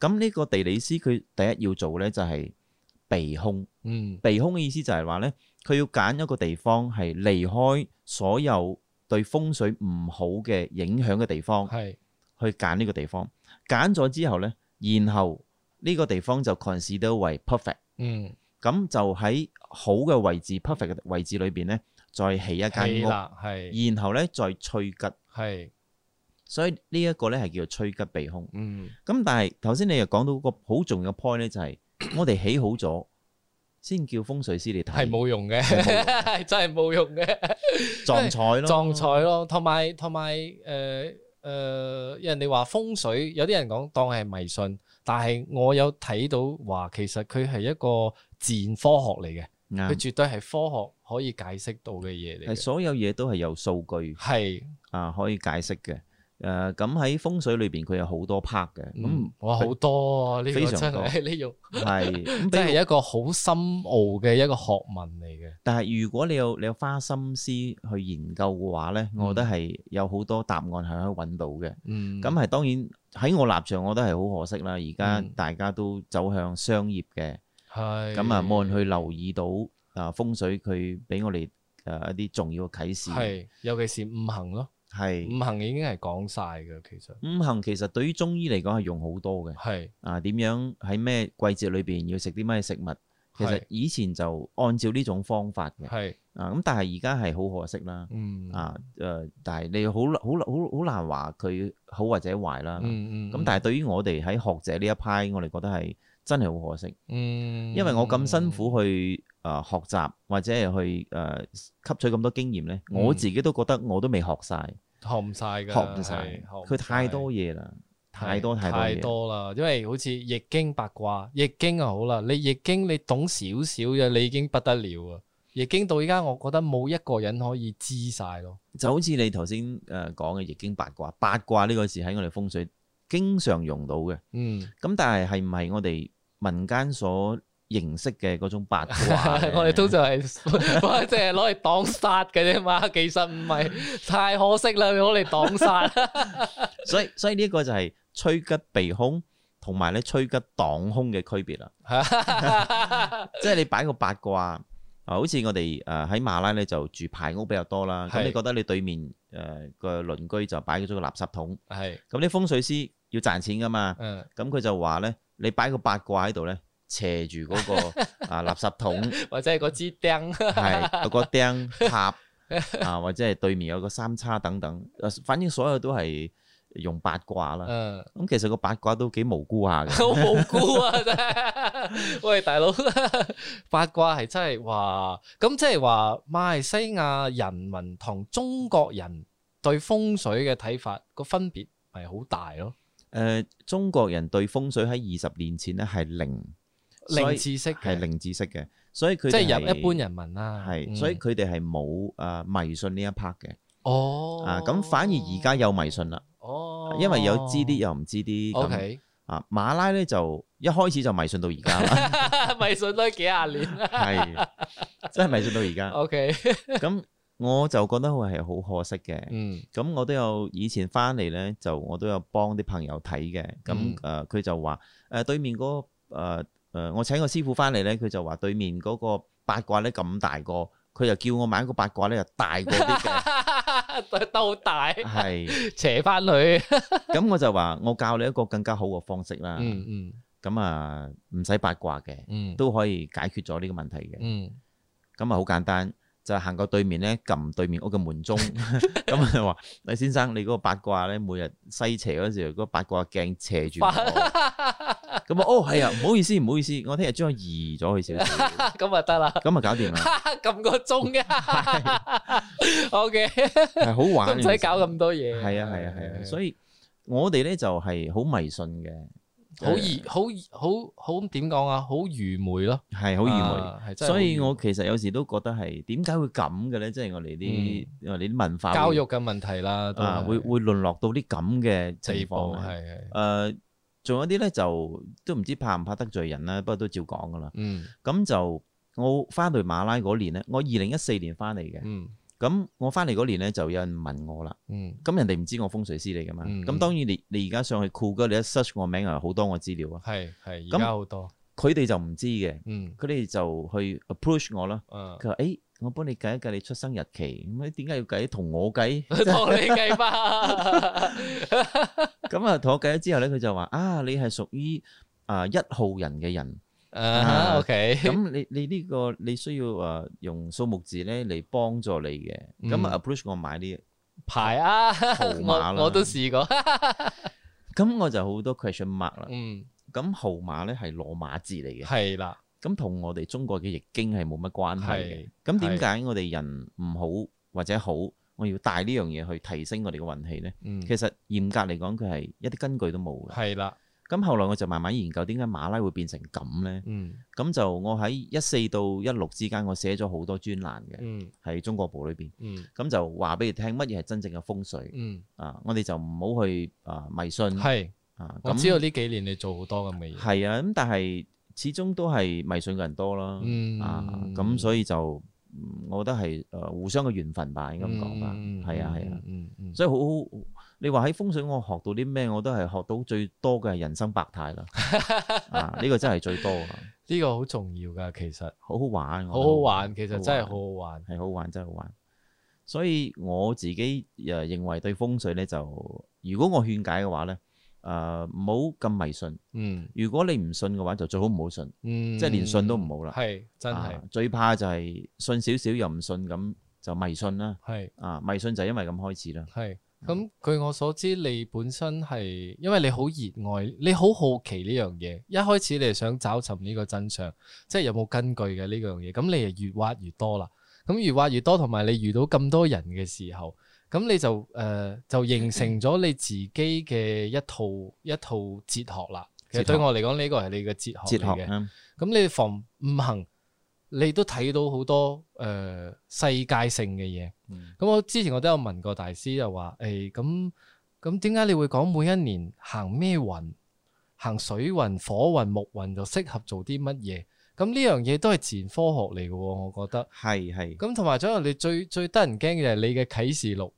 咁呢個地理師佢第一要做呢就係避凶，嗯避凶嘅意思就係話呢，佢要揀一個地方係離開所有對風水唔好嘅影響嘅地方。係，去揀呢個地方。揀咗之後呢，然後呢個地方就 consider 為 perfect，嗯咁就喺好嘅位置 perfect 嘅位置裏邊呢，再起一係間屋，啦，係然後呢再趨吉。係，所以呢一個呢係叫做趨吉避凶。嗯咁但係頭先你又講到個好重要嘅 point 呢，就 係我哋起好咗先叫風水師嚟睇，係冇用嘅，係冇 真係冇用嘅，撞彩咯，撞彩咯，同埋同埋誒誒，人哋話風水，有啲人講當係迷信，但係我有睇到話，其實佢係一個自然科學嚟嘅，佢啱絕對係科學可以解釋到嘅嘢嚟啊係嘅，所有嘢都係有數據係，啊可以解釋嘅。誒、誒咁喺風水裏邊，佢有好多 part 嘅，咁嗯，哇，好多啊！呢非個常真多係 呢種 係咁真比如係一個好深奧嘅一個學問嚟嘅。但係如果你有你有花心思去研究嘅話咧，我覺得係有好多答案係可以揾到嘅。嗯，咁係當然喺我立場，我覺得係好可惜啦。而家嗯大家都走向商業嘅，係咁啊冇人去留意到啊風水佢俾我哋誒一啲重要嘅啟示。係，嗯尤其是五行咯，係五行已經係講晒嘅，其實五行其實對於中醫嚟講係用好多嘅。係啊點樣喺咩季節裏邊要食啲咩食物，其實係以前就按照呢種方法嘅。係啊咁，但係而家係好可惜啦。嗯啊誒、但係你好好好好難話佢好或者壞啦。啊咁、嗯嗯，但係對於我哋喺學者呢一派，我哋覺得係真係好可惜，嗯，因為我咁辛苦去誒、呃、學習或者係去誒、呃吸取咁多經驗咧，嗯我自己都覺得我都未學晒，學唔晒㗎，學唔係晒，學唔佢太晒多嘢啦，太多太多太嘢。多啦，因為好似易經八卦，易經就好啦，你易經你懂少少嘅，你已經不得了啊！易經到依家，我覺得冇一個人可以知晒咯。就好似你頭先誒講嘅易經八卦，八卦呢個字喺我哋風水經常用到嘅。嗯，咁但係係唔係我哋民間所認識嘅嗰種八卦咧？ 我哋通常係 即係攞嚟擋殺嘅啫嘛，其實唔係太可惜啦，攞嚟擋殺。所以所以呢一個就係吹吉避凶同埋咧吹吉擋凶嘅區別啦。即係你擺個八卦啊，好似我哋誒呃喺馬拉咧就住排屋比較多啦。咁係你覺得你對面誒個鄰居就擺咗個垃圾桶，係，咁啲風水師要賺錢噶嘛？嗯，咁佢就話咧，你擺個八卦喺度咧，斜住嗰 個啊垃圾桶。或者係嗰支釘，係有個釘 塔啊，或者係對面有個三叉等等，呃反正所有都係用八卦啦。嗯，咁其實個八卦都幾無辜下嘅， 好無辜啊！真係， 喂，大佬，八卦係真係哇，咁即係話馬來西亞人民同中國人對風水嘅睇法個分別係好大咯，誒，呃中國人對風水喺二十年前咧係零，所零以知識係嘅，零知識嘅，所以佢即哋係入一般人民啦，係，嗯所以佢哋係冇誒迷信呢一 part 嘅。哦，啊，咁反而而家有迷信啦，哦，因為有知啲又唔知啲，O 咁 K， 啊。馬拉咧就一開始就迷信到而家啦， 迷信都係幾廿年啦係真係迷信到而 家。，O K，咁我就覺得佢係好可惜嘅。 嗯咁我都有以前翻嚟咧，就我都有幫啲朋友睇嘅。咁誒，嗯呃佢、就話誒、呃、對面嗰、個誒、呃呃我請個師傅翻嚟咧，佢就話對面嗰個八卦咧咁大個，佢就叫我買一個八卦咧就大過啲 嘅。兜大係，斜翻佢，咁我就話我教你一個更加好嘅方式啦。嗯嗯咁啊，唔使八卦嘅，嗯都可以解決咗呢個問題嘅。嗯。咁啊好簡單，就行過對面咧，撳對面屋嘅 門鐘，咁啊就話：李先生，你嗰個八卦咧，每日西斜嗰時候，嗰個八卦鏡斜 住我。咁啊，哦係啊，唔好意思，唔好意思，我聽日將佢移咗 佢少少，咁就得啦， 咁啊搞掂啦，撳個鐘嘅，OK，係好都玩。唔使搞咁多嘢。係啊係啊係啊，所以我哋咧就係好迷信嘅，好易好好好點講啊，好愚昧咯，係好愚昧。啊，係真係好所以我愚其實有時都覺得係點解會咁嘅咧？即係我哋啲我哋啲文化昧教育嘅問題啦，都啊，係會會淪落到啲咁嘅地情步況呢係係，誒、呃仲有啲咧就都唔知怕唔怕得罪人啦，不過都照講噶啦。嗯咁就我翻到馬拉嗰年咧，我二零一四年翻嚟嘅。嗯咁我翻嚟嗰年咧就有人問我啦，嗯咁人哋唔知我風水師嚟噶嘛。嗯咁、當然你你而家上去酷哥，你一 search 我名啊，好多我資料啊。係係，咁而家好多，佢哋就唔知嘅，嗯佢哋就去 approach 我啦。啊，佢話：誒、我幫你計一計你出生日期，咁點解要計同我計？啊同你計 吧，咁啊，同我計咗之後咧，佢就話：啊，你係屬於啊一號人嘅人。啊 OK，咁你你呢個你需要誒用數目字咧嚟幫助你嘅，嗯咁啊 approach 我買呢，排啊，碼啦我我都試 過，咁我就好多 question mark 啦。嗯咁號碼咧係羅馬字嚟嘅，係啦。咁同我哋中國嘅易經係冇乜關係嘅係。咁點解我哋人唔好或者好，我要帶呢樣嘢去提升我哋嘅運氣咧？嗯，其實嚴格嚟講，佢係一啲根據都冇嘅。係啦，咁後來我就慢慢研究點解馬拉會變成咁呢？嗯咁就我喺一四到一六之間，我寫咗好多專欄嘅，嗯喺中國部裏邊。嗯咁就話俾你聽乜嘢係真正嘅風水嗯，啊！我哋就唔好去啊迷信系，啊。我知咁道呢幾年你做好多咁嘅嘢，係啊，咁但係始終都係迷信嘅人多啦。嗯啊，咁所以就嗯我覺得係誒互相嘅緣分吧，應該咁講吧。係啊，係啊。，嗯嗯，所以好好，你話喺風水我學到啲咩，我都係學到最多嘅係人生百態 啦。啊，呢個真係最多啊，呢個好重要噶，其實好好玩，好好玩，啊其實真係好好好玩，係好玩，真係好玩。所以我自己誒認為對風水咧，就如果我勸解嘅話咧，誒唔好咁迷信。嗯如果你唔信嘅話，就最好唔好信，嗯，即係連信都唔好啦。係真係啊最怕就係信少少又唔信，咁就迷信啦。係。啊，迷信就係因為咁開始啦。係，嗯咁據我所知，你本身係因為你好熱愛，你好好奇呢樣嘢。一開始你係想找尋呢個真相，即係有冇根據嘅呢樣嘢。咁你係越挖越多啦。咁越挖越多，同埋你遇到咁多人嘅時候，咁你就誒、呃就形成咗你自己嘅一套一套哲學啦。其實哲學對我嚟講，呢個係你嘅哲學哲嚟學嘅。啊，咁你防五行，你都睇到好多誒、呃世界性嘅嘢。嗯咁我之前我都有問過大師，就話誒咁咁點解你會講每一年行咩運，行水運、火運、木運就適合做啲乜嘢？咁呢樣嘢都係自然科學嚟嘅喎，我覺得。係係。咁同埋仲有你最最得人驚嘅係你嘅啟示錄，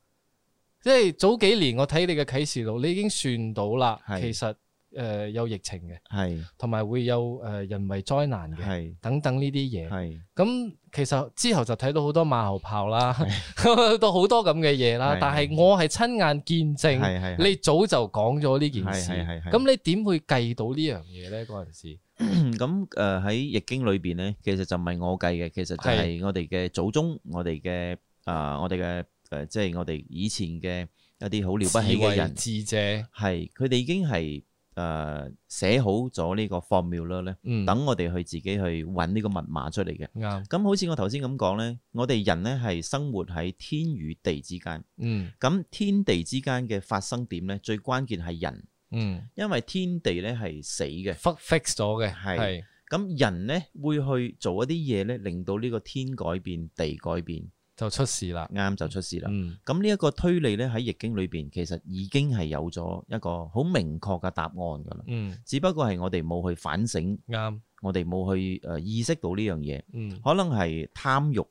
即係早幾年我睇你嘅啟示錄，你已經算到啦，係其實誒、呃有疫情嘅，係同埋會有誒、呃人為災難嘅係等等呢啲嘢。係咁其實之後就睇到好多馬後炮啦， 到好多咁嘅嘢啦係。但係我係親眼係見證，係你早就講咗呢件事，係係係係咁你點會計到呢樣嘢呢？嗰陣時，咁誒喺易經裏邊咧，其實就唔係我計嘅，其實就係我哋嘅祖宗，我哋嘅誒，我哋嘅誒，即係我哋以前嘅一啲好了不起嘅人，智慧智者，係佢哋已經係誒寫好咗呢個 formula 咧，嗯，等我哋去自己去揾呢個密碼出嚟嘅。啱，咁好似我頭先咁講咧，我哋人咧係生活喺天與地之間，嗯咁天地之間嘅發生點咧，最關鍵係人，嗯因為天地咧係死嘅。 ，fix fix 咗嘅，係係咁人呢會去做一啲嘢呢，令到呢個天改變、地改變，就出事啦，啱就出事啦。嗯咁呢一個推理呢，喺易經裏邊其實已經係有咗一個好明確嘅答案㗎啦。嗯只不過係我哋冇去反省，啱，我哋冇去誒、呃意識到呢樣嘢，嗯可能係貪欲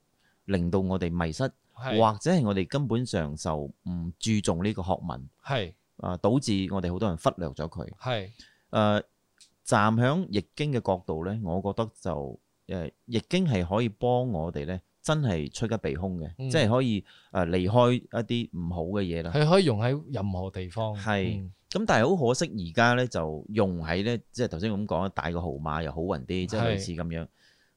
令到我哋迷失，係或者係我哋根本上就唔注重呢個學問，係啊、導致我哋好多人忽略咗佢。係誒、站響易經嘅角度咧，我覺得就誒、易經係可以幫我哋咧，真係出一鼻空嘅，嗯即係可以誒、離開一啲唔好嘅嘢啦。佢可以用喺任何地方，係嗯咁但係好可惜，而家咧就用喺咧，即係頭先咁講，大個號碼又好運啲，即係類似咁樣。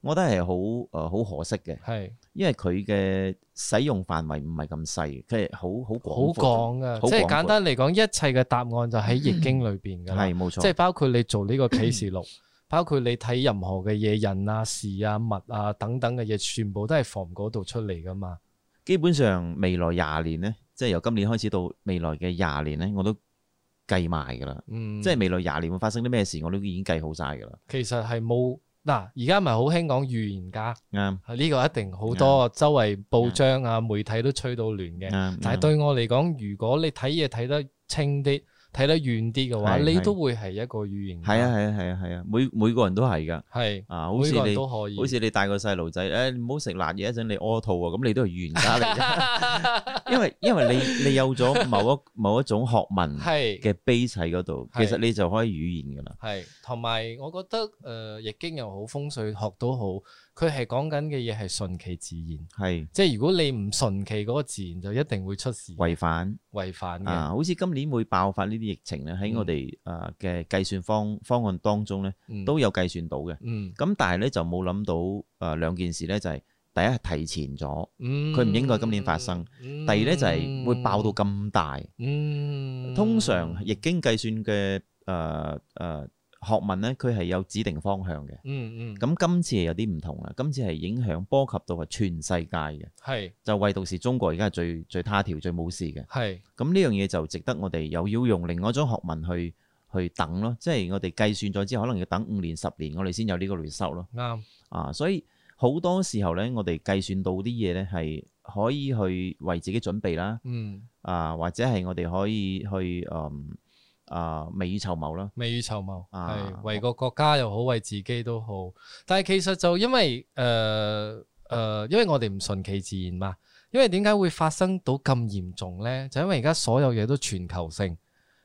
我覺得係好誒好可惜嘅，係因為佢嘅使用範圍唔係咁細，佢係好好好廣闊講噶，好即係廣簡闊單嚟講，一切嘅答案就喺易經裏邊嘅，噶啦。係冇錯，即係包括你做呢個啟示錄， 包括你睇任何嘅嘢、人啊、事啊、物啊等等嘅嘢，全部都係從嗰度出嚟噶嘛。基本上未來廿年咧，即係由今年開始到未來嘅廿年咧，我都計埋㗎啦。嗯，即即係係未來廿年會發生啲咩事，我都已經計好晒㗎啦。其實係冇嗱，而家咪好興講預言家，啱呢、個一定好啊多周圍報章啊、媒體都吹到亂嘅。啱，但係啱對我嚟講，如果你睇嘢睇得清啲、睇得遠啲嘅話，係你係都會係一個預言家。係啊，係啊係啊係啊，每每個人都係㗎。係啊，好每似個人你都可以。好似你帶個細路仔，誒唔好食辣嘢，一陣你屙肚啊，咁你都係預言家嚟㗎。 因為因為你你有咗某一某一種學問 係嘅 base 喺嗰度，其係實你就可以語言㗎啦。係，同埋我覺得誒、呃易經又好，風水學都好，佢係講緊嘅嘢係順其自然，係即係如果你唔順其嗰個自然，就一定會出事違反。違反嘅。啊，好似今年會爆發呢啲疫情咧，喺我哋誒嘅計算方方案當中咧，嗯都有計算到嘅。嗯咁但係咧就冇諗到誒、呃、兩件事咧，就係、第一係提前咗，嗯佢唔應該今年發生。嗯第二咧就係會爆到。咁大。嗯，通常易經計算嘅誒誒學問咧，佢係有指定方向嘅。嗯嗯咁今次係有啲唔同啦，今次係影響波及到係全世界嘅，係就唯獨是中國而家係最最他條最冇事嘅。係咁呢樣嘢就值得我哋又要用另外一種學問去去去等咯。即係我哋計算咗之後，可能要等五年、十年，我哋先有呢個 result 咯。啱，啊，所以好多時候咧，我哋計算到啲嘢咧係可以去為自己準備啦，嗯，啊，或者係我哋可以去嗯啊未雨綢繆啦。未雨綢繆，啊係為個國家又好，為自己都好。但係其實就因為誒誒、呃呃因為我哋唔順其自然嘛。因為點解會發生到咁嚴重呢？就因為而家所有嘢都全球性，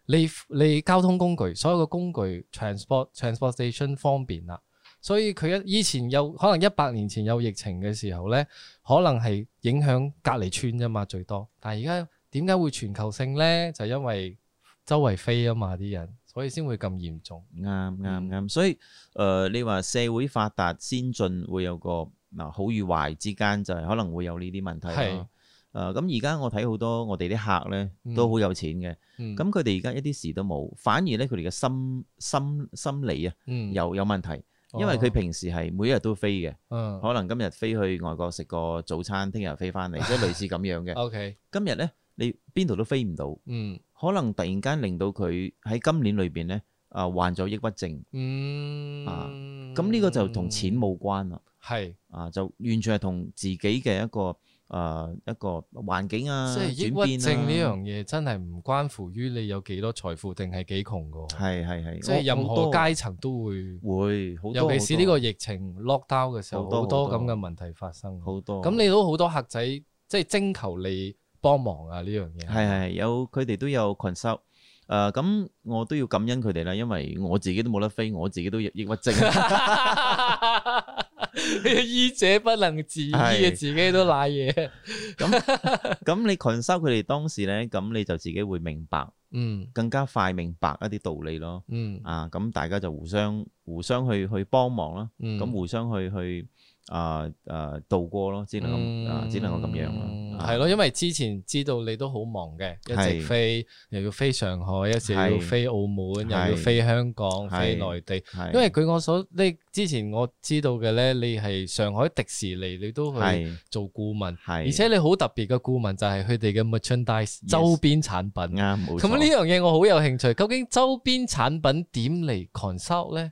你你交通工具所有嘅工具 transport transportation 方便啦，所以佢一以前有可能一百年前有疫情嘅時候呢，可能係影響隔離村啫嘛最多，但係而家點解會全球性呢？就因為周圍飛啊嘛啲人，所以先會咁嚴重。啱嗯啱啱，所以誒、呃你話社會發達先進會有個嗱、好與壞之間，就係可能會有呢啲問題係咯。誒咁而家我睇好多我哋啲客咧嗯都好有錢嘅，嗯，咁佢哋而家一啲事都冇，反而咧佢哋嘅心心心理啊嗯又有問題，因為佢哦平時係每日都飛嘅，嗯可能今日飛去外國食個早餐，聽日飛翻 嚟，即係類似咁樣嘅。 OK 今日咧你邊度都飛唔到，嗯可能突然間令到佢喺今年裏邊咧啊患咗抑鬱症。嗯啊咁呢個就同錢冇關啦，係。啊就完全係同自己嘅一個誒、呃一個環境啊，即係抑轉變鬱啊症呢樣嘢真係唔關乎於你有幾多財富定係幾窮噶，係係係，即係任好何多階層都會，會好多，尤其是呢好個疫情 lockdown 嘅時候，好多好多好多咁嘅問題發生。多好多，咁你都好多客仔即係徵求你幫忙啊呢樣嘢。係係有佢哋都有 consult。誒咁、我都要感恩佢哋啦，因為我自己都冇得飛，我自己都有抑鬱 症，係，醫者不能自醫嘅，係自己都賴嘢。咁你 consult 佢哋當時咧，咁你就自己會明白，嗯更加快明白一啲道理咯。嗯啊，咁大家就互相互相去去幫忙啦。嗯，咁互相去去啊啊度過咯，只能咁啊，只能夠咁樣嗯咯。啊係咯，因為之前知道你都好忙嘅，一直係飛又要飛上海，有時又要係飛澳門，又係要飛香港，係飛內地。係因為據我所，你之前我知道嘅咧，你係上海迪士尼，你都去係做顧問，係，而且你好特別嘅顧問就係佢哋嘅 merchandise Yes 周邊產品。啱冇咁呢錯。樣嘢我好有興趣，究竟周邊產品點嚟 consult 咧？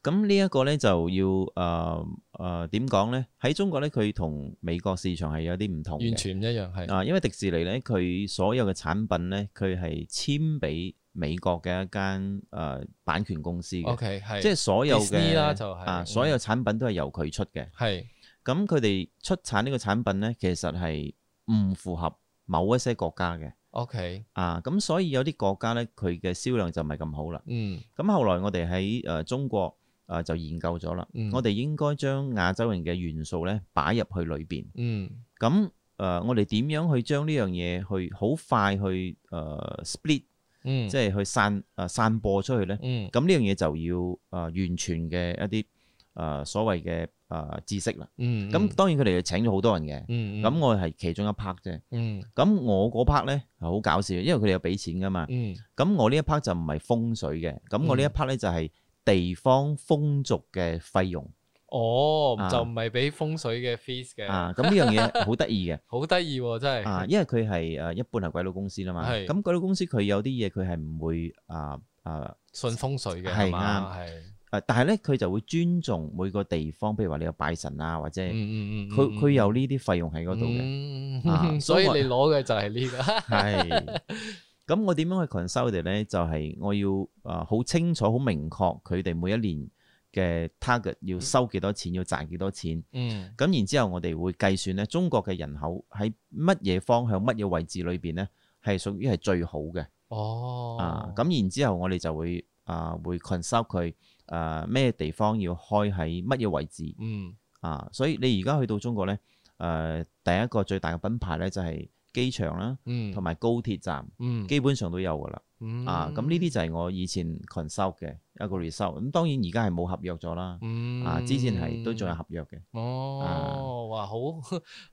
咁呢一個咧就要誒誒點講咧？喺中國咧，佢同美國市場係有啲唔同完嘅。全唔一樣係。啊，因為迪士尼咧，佢所有嘅產品咧，佢係簽俾美國嘅一間誒版權公司嘅， OK 係，即係所有 Disney 嘅啦就係啊，嗯所有產品都係由佢出嘅。係咁佢哋出產呢個產品咧，其實係唔符合某一些國家嘅 OK 啊，咁所以有啲國家咧，佢嘅銷量就唔係咁好啦。嗯咁後來我哋喺誒中國誒、呃就研究咗啦，嗯我哋應該將亞洲人嘅元素咧擺入去裏邊。嗯咁誒、呃我哋點樣去將呢樣嘢去好快去誒、呃 split，、嗯即係去散誒、呃散播出去咧？嗯咁呢樣嘢就要誒、呃完全嘅一啲誒、呃所謂嘅誒、呃知識啦。嗯咁當然佢哋就請咗好多人嘅。嗯咁我係其中一 part 啫。嗯咁我嗰 part 咧係好搞笑嘅，因為佢哋有俾錢噶嘛。嗯咁我呢一 part 就唔係風水嘅，咁我呢一 part 咧就係地方風俗嘅費用哦啊就唔係俾風水嘅 fees 嘅，啊。咁呢樣嘢好得意嘅好得意喎真啊，係。因為佢係誒一般係鬼佬公司啦嘛。係咁鬼佬公司佢有啲嘢佢係唔會啊啊信風水嘅係係嘛係，誒，但係咧佢就會尊重每個地方，譬如話你有拜神啊，或者嗯佢嗯嗯，佢有呢啲費用喺嗰度嘅。嘅 啊所以所以你攞嘅就係呢個，係。咁我點樣去 consult 佢哋咧？就係、我要啊好、清楚、好明確佢哋每一年嘅 target 要收幾多錢，要賺幾多錢。嗯咁然之後，我哋會計算咧，中國嘅人口喺乜嘢方向、乜嘢位置裏邊咧，係屬於係最好嘅、哦啊。咁然之後，我哋就會啊、會 consult 佢啊咩地方要開喺乜嘢位置嗯啊。所以你而家去到中國咧，誒、第一個最大嘅品牌咧就係、機場啦，嗯同埋高鐵站。嗯基本上都有噶啦。嗯啊，咁呢啲就係我以前 consult 嘅一個 result。咁當然而家係冇合約咗啦。嗯啊，之前係都仲有合約嘅。哦，哇，好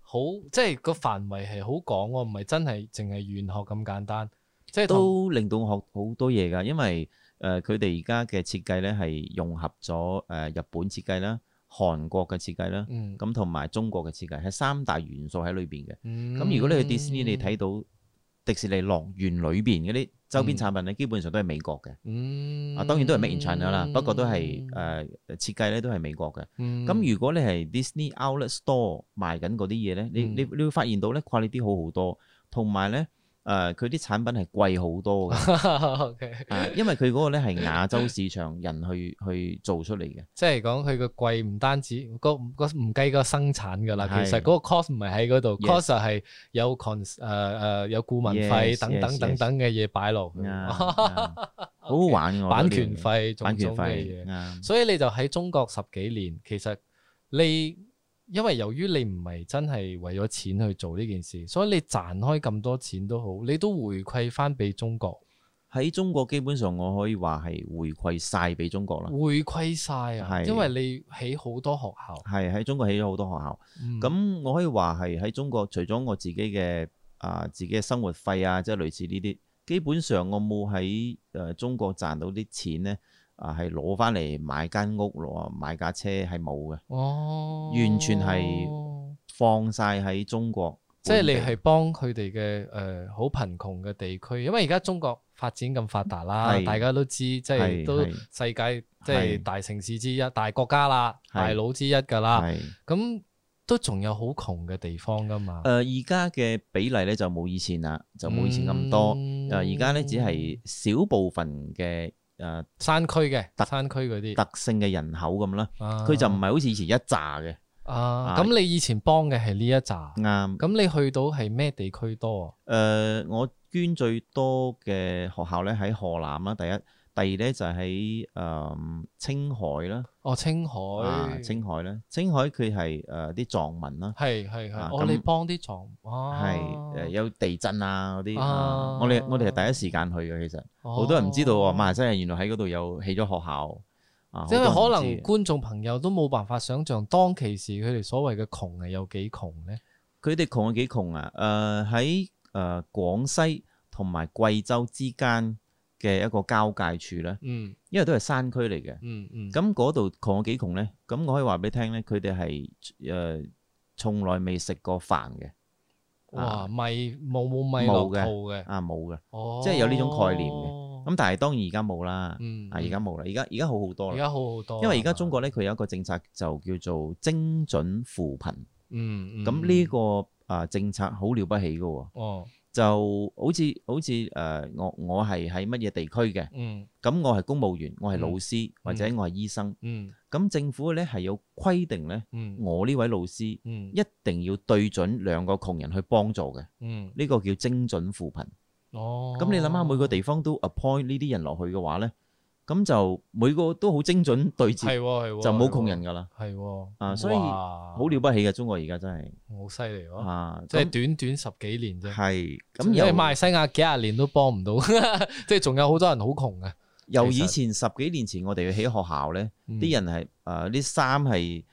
好，即係個範圍係好廣喎，唔係真係淨係玄學咁簡單，即係同都令到我學好多嘢㗎，因為誒佢哋而家嘅設計咧係融合咗誒、呃日本設計啦、韓國嘅設計啦，嗯咁同埋中國嘅設計係三大元素喺裏邊嘅。咁咁如果你去 Disney，你睇到迪士尼樂園裏邊嗰啲周邊產品咧，基本上都係美國嘅。嗯，啊，當然都係 Made in China 啦，不過都係誒設計咧都係美國嘅。嗯， 咁如果你係 Disney Outlet Store 賣緊嗰啲嘢咧，你嗯你你會發現到咧 quality 好好多，同埋咧誒佢啲產品係貴好 多嘅， OK，啊因為佢嗰個咧係亞洲市場人去去做出嚟嘅，即係講佢個貴唔單止個個唔計個生產㗎啦，係其實嗰個 cost 唔係喺嗰度 Yes ，cost 就係有 con 誒誒有顧問費 Yes，等等 yes，等等嘅嘢擺落去，哦啊啊好好玩嘅。我覺得版呢樣權嘢費種版權種嘅費。嘢啱所以你就喺中國十幾年，其實你因為由於你唔係真係為咗錢去做呢件事，所以你賺開咁多錢都好，你都回饋翻俾中國，喺中國基本上我可以話係回饋晒俾中國啦，回饋晒啊！啊係因為你起好多學校，係喺中國起咗好多學校。嗯咁、我可以話係喺中國，除咗我自己嘅啊自己嘅生活費啊，即係類似呢啲，基本上我冇喺誒中國賺到啲錢咧，啊係攞翻嚟買間屋攞買架車係冇嘅，哦，完全係放晒喺中國即係本你地。係幫佢哋嘅誒好貧窮嘅地區，因為而家中國發展咁發達啦，係大家都知，即係係都係世界即係係大城市之一、大國家啦、係大佬之一㗎啦。係咁都仲有好窮嘅地方噶嘛？呃誒而家嘅比例咧就冇以前啦，就冇以前咁多。嗯誒而家咧只係少部分嘅誒、呃山區嘅，特山區嗰啲，特性嘅人口咁啦，佢佢就唔係好似以前一紮嘅，啊。咁你以前幫嘅係呢一扎，啱。咁你去到係咩地區多啊？誒、我捐最多嘅學校咧喺河南啦，第一，第二咧就喺誒、嗯青海啦，哦，青啊海，青海啦，青海佢係誒啲藏民啦，係係係，啊哦，咁你幫啲藏，哦，係呃誒、有地震啊嗰啲，啊啊我哋我哋係第一時間去嘅，其實哦好多人唔知道喎，馬來西亞原來喺嗰度有起咗學校啊，因為好可多人唔能知嘅觀眾朋友都冇辦法想像當其時佢哋所謂嘅窮係有幾窮咧。佢哋窮有幾窮啊？誒喺誒廣西同埋貴州之間嘅一個交界處咧，嗯因為都係山區嚟嘅。嗯嗯，咁嗰度窮有幾窮咧？咁我可以話俾你聽咧，佢哋係誒從來未食過飯嘅，哇，啊米冇冇冇米落嘅肚嘅，啊冇嘅。哦，即係有呢種概念嘅咁但係當然而家冇啦，嗯，啊而家冇啦，而家而家好好多而啦。家好好多，啊因為而家中國國咧，佢有一個政策就叫做精準扶貧。嗯嗯咁呢個啊政策好了不起嘅喎，哦就好似好似誒我我係喺乜嘢地區嘅，嗯咁我係公務員，我係老師或者我係醫生，嗯咁政府咧係有規定咧，嗯我呢位老師。嗯一定要對準兩個窮人去幫助嘅，呢、嗯個叫精準扶貧。哦，咁、你諗下，每個地方都 appoint 呢啲人落去嘅話呢，咁就每個都好精準對接，係喎係喎，就冇窮人噶啦，係喎啊所以好好了不起嘅中國而家真係好犀利喎，啊，哦即係咁短短十幾年啫。係因咁為由馬來西亞幾廿年都幫唔到， 即係仲有好多人好窮啊嘅。由其實以前十幾年前我哋去起學校呢，啲人人係誒啲衫係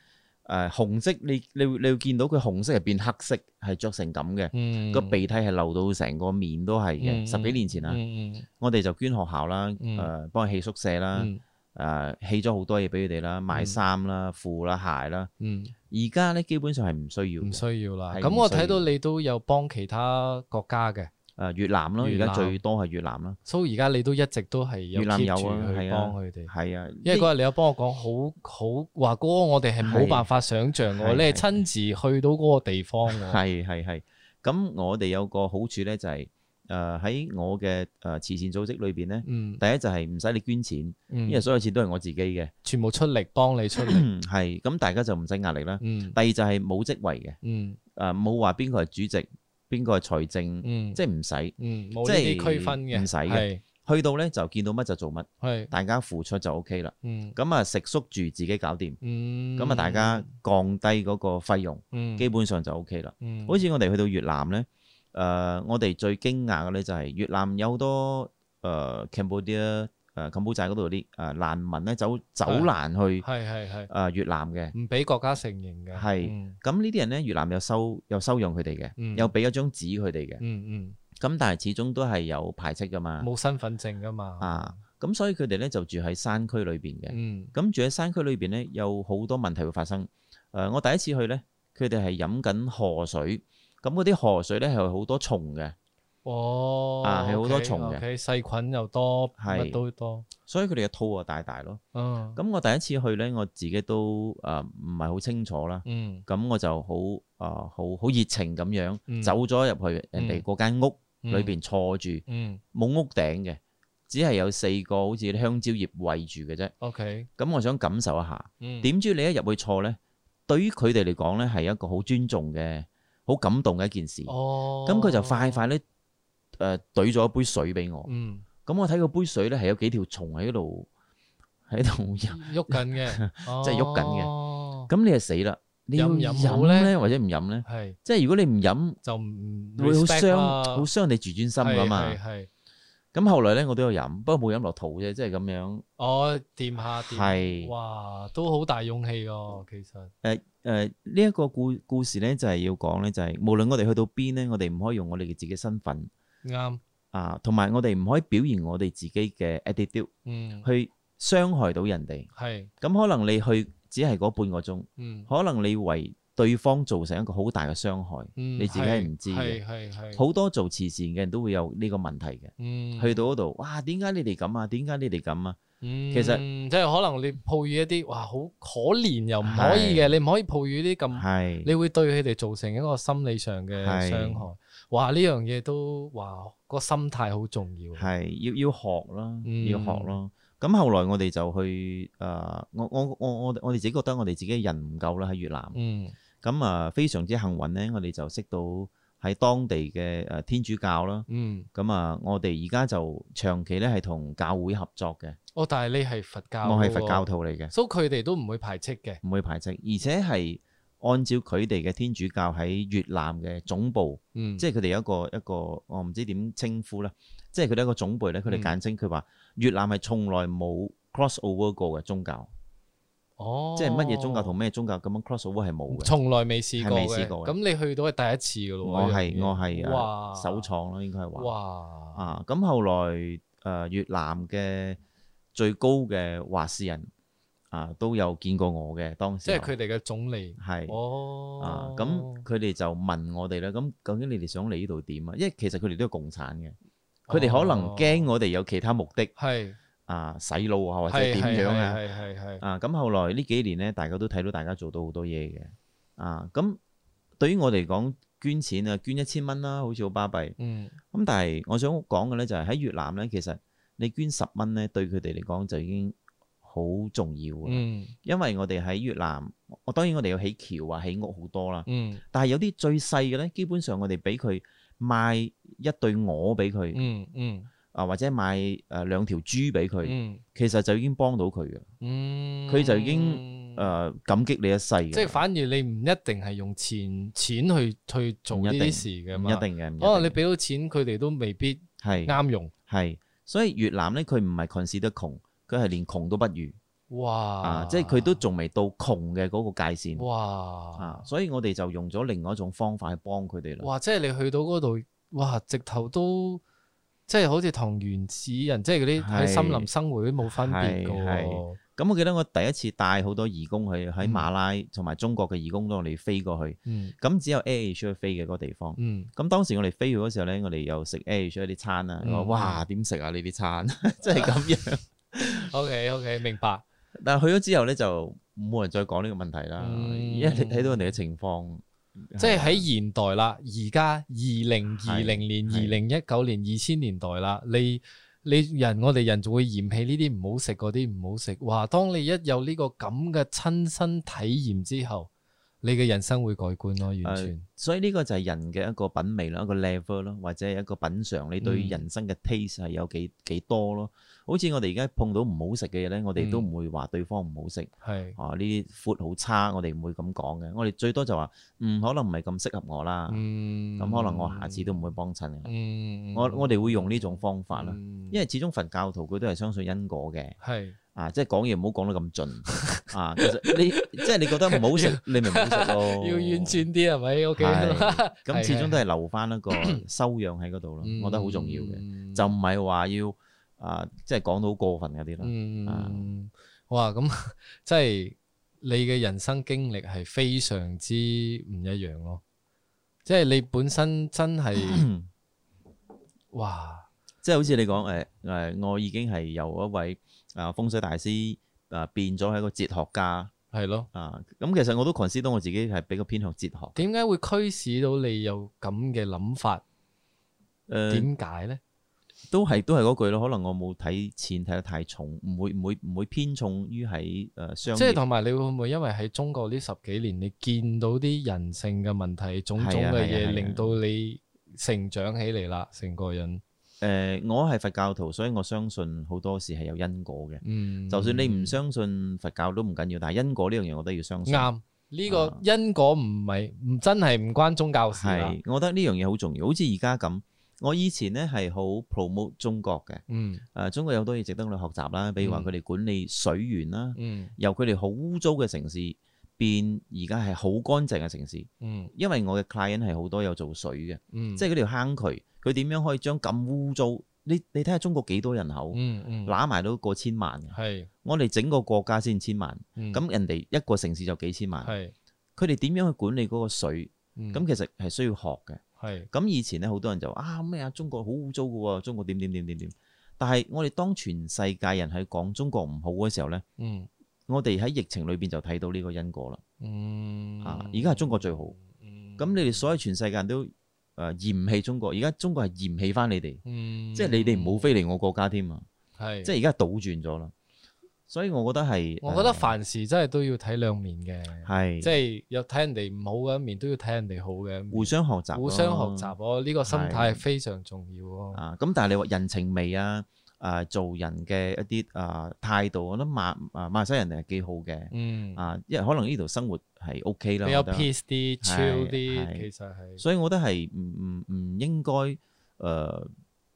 誒紅色，你你會你會見到佢紅色係變黑色，係着成咁嘅，嗯個鼻涕係流到成個面都係嗯嘅。十幾年前啊。嗯嗯我哋就捐學校啦，嗯誒、幫佢起宿舍啦，誒、嗯起咗好多嘢俾佢哋啦，賣衫啦、褲啦、鞋啦。嗯而家咧基本上係唔需要唔嘅，誒、需要啦。係咁唔我需要睇到你都有幫其他國家嘅，越南咯，越而南家最多係越南啦，所以而家你都一直都係有越南 keep 有啊住去係啊幫佢哋。係啊，因為嗰日你有幫我講好好話哥，我哋係冇係辦法想像嘅，係你係係親自去到嗰個地方呢喎。係係係。咁我哋有個好處咧，就係誒喺我嘅誒、呃慈善組織裏邊咧，嗯，第一就係唔使你捐錢，嗯因為所有錢都係我自己嘅， 全部出力幫 你出力。係咁大家就唔使壓力啦。嗯第二就係冇職位嘅，嗯誒冇話邊個係主席，邊個係財政，嗯，即係唔使嗯冇呢即啲係區分嘅，唔使嘅係去到咧就見到乜就做乜。係大家付出就 O K 啦。嗯咁啊，食宿住自己搞掂，嗯。咁啊，大家降低嗰個費用，嗯基本上就 O K 啦。嗯好似我哋去到越南呢，誒、我哋最驚訝嘅呢就係越南有好多誒、呃 Cambodia 誒柬埔寨嗰度啲誒難民呢，走走難去誒、係係係呃越南嘅。唔俾國家承認嘅。係嗯咁呢啲人呢，越南又收又收養佢哋嗯嘅，又俾咗張紙佢哋嘅。嗯咁但係始終都係有排斥噶嗯，嘛，冇身份證噶嘛。啊，咁所以佢哋呢就住喺山區裏邊嘅。嗯咁住喺山區裏邊咧，有好多問題會發生。誒、我第一次去咧，佢哋係飲緊河水，咁嗰啲河水咧係有好多蟲嘅，哦，啊係好多蟲嘅 OK，OK，細菌又多，係乜都多，所以佢哋嘅肚啊大大咯。嗯，咁我第一次去咧，我自己都誒唔係好清楚啦。嗯咁我就好啊，好好熱情咁樣、嗯走咗入去人哋嗰間屋裏嗯邊坐住，嗯冇屋頂嘅，只係有四個好似香蕉葉圍住嘅啫。 ，OK，咁我想感受一下，嗯，點知你一入去坐咧，對於佢哋嚟講咧係一個好尊重嘅、好感動嘅一件事。哦，咁佢就快，快咧誒懟咗一杯水俾我。嗯，咁我睇個杯水咧係有幾條蟲喺度喺度游喐 緊嘅，哦即係喐緊嘅嘅，咁你就死啦！你要飲唔飲好飲咧咧，或者唔飲咧？係即係如果你唔飲，就唔會好 respect 傷啦好傷你自尊心噶嘛係。係，係咁後來咧，我都有飲，不過冇飲落肚啫，即係咁樣。我哦掂下掂下，係哇，都好大勇氣嗯喎，其實，誒呢一個故故事咧，就係要講咧，就係無論我哋去到邊咧，我哋唔可以用我哋嘅自己身份啱，啊，同埋我哋唔可以表現我哋自己嘅 attitude 嗯，去傷害到人哋。係，咁可能你去只係嗰半個鐘，嗯，可能你為對方造成一個好大嘅傷害。你你自己係唔知嘅嗯係係係，好多做慈善嘅人都會有呢個問題嘅。嗯，去到嗰度，哇！點解你哋咁啊？點解你哋咁啊？其實嗯即係可能你抱以一啲哇好可憐又唔可以嘅，你唔可以抱以啲咁，係你會對佢哋造成一個心理上嘅係傷害。哇！呢樣嘢都哇個心態好重要。係要要學啦，嗯要學咯。咁後來我哋就去誒、呃我我我我我哋自己覺得我哋自己人唔夠啦喺越南。嗯咁啊、非常之幸運咧，我哋就識到喺當地嘅誒天主教啦。嗯，咁啊，我哋而家就長期咧係同教會合作嘅，哦，但係你係佛教，我係佛教，徒嚟嘅，所以佢哋都唔會排斥嘅。唔會排斥，而且係按照佢哋嘅天主教喺越南嘅總部。嗯，即係佢哋有一個一個，我唔知點稱呼啦。即係佢哋一個總輩咧，佢嗯哋簡稱佢話越南係從來冇 cross over 過嘅宗教，哦，即係乜嘢宗教同咩宗教咁樣 cross over 係冇嘅。從來未試過係未試嘅。過嘅咁你去到係第一次噶咯我喎。係呢樣嘢我係哇呃首創咯，應該係話哇啊。咁後來誒越南嘅最高嘅華氏人啊都有見過我嘅當時即候，係佢哋嘅總理。啊係。哦啊，咁佢哋就問我哋咧，咁究竟你哋想嚟呢度點啊？因為其實佢哋都係共產嘅，佢哋可能哦驚我哋有其他目的，係。啊洗腦啊，或者點樣啊？係係係係啊咁後來呢幾年咧，大家都睇到大家做到好多嘢嘅啊。咁對於我嚟講，捐錢啊，捐一千蚊啦，好似好巴閉。嗯咁但係我想講嘅咧，就係喺越南咧，其實你捐十蚊咧，對佢哋嚟講就已經好重要㗎啦嗯因為我哋喺越南，我當然我哋要起橋啊、起屋好多啦。嗯但係有啲最細嘅咧，基本上我哋俾佢賣一對鵝俾佢嗯嗯啊，或者賣誒兩條豬俾佢，嗯其實就已經幫到佢嘅。嗯，佢就已經誒、呃感激你一世嘅，即係反而你唔一定係用錢錢去去做呢啲事嘅唔嘛，一定嘅，唔一定可能你嘅俾到錢佢哋都未必係啱用。係，所以越南咧佢唔係 consider 窮，佢係連窮都不如哇！啊，即係佢都仲未到窮嘅嗰個界線哇啊，所以我哋就用咗另外一種方法去幫佢哋啦。哇！即係你去到嗰度，哇！直頭都即係好似同原始人，即係嗰啲喺係森林生活都冇分係別嘅喎係。咁我記得我第一次帶好多義工去喺馬拉同埋中國嘅義工當中，我哋飛過去，嗯咁只有 Air Asia 飛嘅嗰個地方。嗯，咁當時我哋飛去嗰時候咧，我哋又食 Air Asia 啲餐啊，我話嗯哇點食啊呢啲餐， 即係咁樣。 OK OK，明白。但係去咗啊之後咧，就冇人再講呢個問題啦，嗯因為你睇到人哋嘅情況，即係喺現代啦，而家二零二係零年、二係零一九年、二千年代啦，你你人我哋人仲會嫌棄呢啲唔好食，嗰啲唔好食。哇！當你一有呢個咁嘅親身體驗之後，你嘅人生會改觀咯，完全。所以呢個就係人嘅一個品味啦，一個 level 咯，或者係一個品嚐，你對嗯人生嘅 taste 係有幾幾多咯。好似我哋而家碰到唔好食嘅嘢咧，我哋都嗯唔會話對方唔好食係，啊，呢啲 food 好差，我哋唔會咁講嘅。我哋最多就話，嗯，可能唔係咁適合我啦，嗯，咁可能我下次都唔會幫襯嘅。嗯，嗯，我我哋會用呢種方法啦，嗯因為始終佛教徒佢都係相信因果嘅。係 啊，即係講嘢唔好講得咁盡啊！其實你即係你覺得唔好 食，你咪唔好食咯。要婉轉啲係咪？OK，哦 係係嗯咁，始終都係留翻一個 修養喺嗰度咯，嗯我覺得好重要嘅，嘅就唔係話要啊，即係講到好過分嗰啲啦。啊嗯，哇！咁 即係你嘅人生經歷係非常 嗯之唔一樣咯。即係你本身真係哇，即係好似你講誒誒，我已經係由一位啊風水大師啊變咗係一個哲學家係咯，啊，咁其實我都 consider 我自己係比較偏向哲學。誒、點解會驅使到你有咁嘅諗法？點解咧？都係都係嗰句咯，可能我冇睇錢睇得太重，唔會唔會唔會偏重於喺誒商即係業。同埋你會唔會因為喺中國呢十幾年，你見到啲人性嘅問題、種種係啊係嘅啊係嘢，啊令到你成長起嚟啦，成個人。誒、呃我係佛教徒，所以我相信好多事係有因果嘅。嗯，就算你唔相信佛教都唔緊要，但係因果呢樣嘢我都要相信。啱呢啊個因果唔係唔真係唔關宗教事啦。係，我覺得呢樣嘢好重要。好似而家咁，我以前呢係好 promote 中國嘅。嗯誒、中國有好多嘢值得我哋學習啦，比如話嗯佢哋管理水源啦，嗯由佢哋好污糟嘅城市變而家係好乾淨嘅城市。嗯因為我嘅 client 係好多有做水嘅，嗯，即係嗰條坑渠，佢點樣可以將咁污糟？你你睇下中國幾多人口，嗯嗯揦埋都過千萬嘅，係我哋整個國家先千萬，嗯咁人哋一個城市就幾千萬，係佢哋點樣去管理嗰個水？嗯咁其實係需要學嘅。係咁以前咧，好多人就話啊咩啊，中國好污糟嘅喎，中國點點點點點。但係我哋當全世界人喺講中國唔好嘅時候咧，嗯我哋喺疫情裏邊就睇到呢個因果啦。嗯啊而家係中國最好咁咁你哋所有全世界人都誒、呃嫌棄中國，而家中國係嫌棄翻你哋，嗯即係你哋唔好飛嚟我國家添啊！係即係而家倒轉咗啦。所以我覺得係，我覺得呃凡事真係都要睇兩面嘅，係即係有睇人哋唔好嘅一面，都要睇人哋好嘅一面互相學習咯，互相學習咯。呢個心態係係非常重要咯。啊！咁但係你話人情味啊，啊做人嘅一啲啊態度，我覺得馬啊馬來西亞人係幾好嘅。嗯，啊，因為可能呢度生活係 O K 啦，比較我覺得 peace 啲、係 chill 啲，係其實係所以我覺得係唔唔唔應該誒誒、呃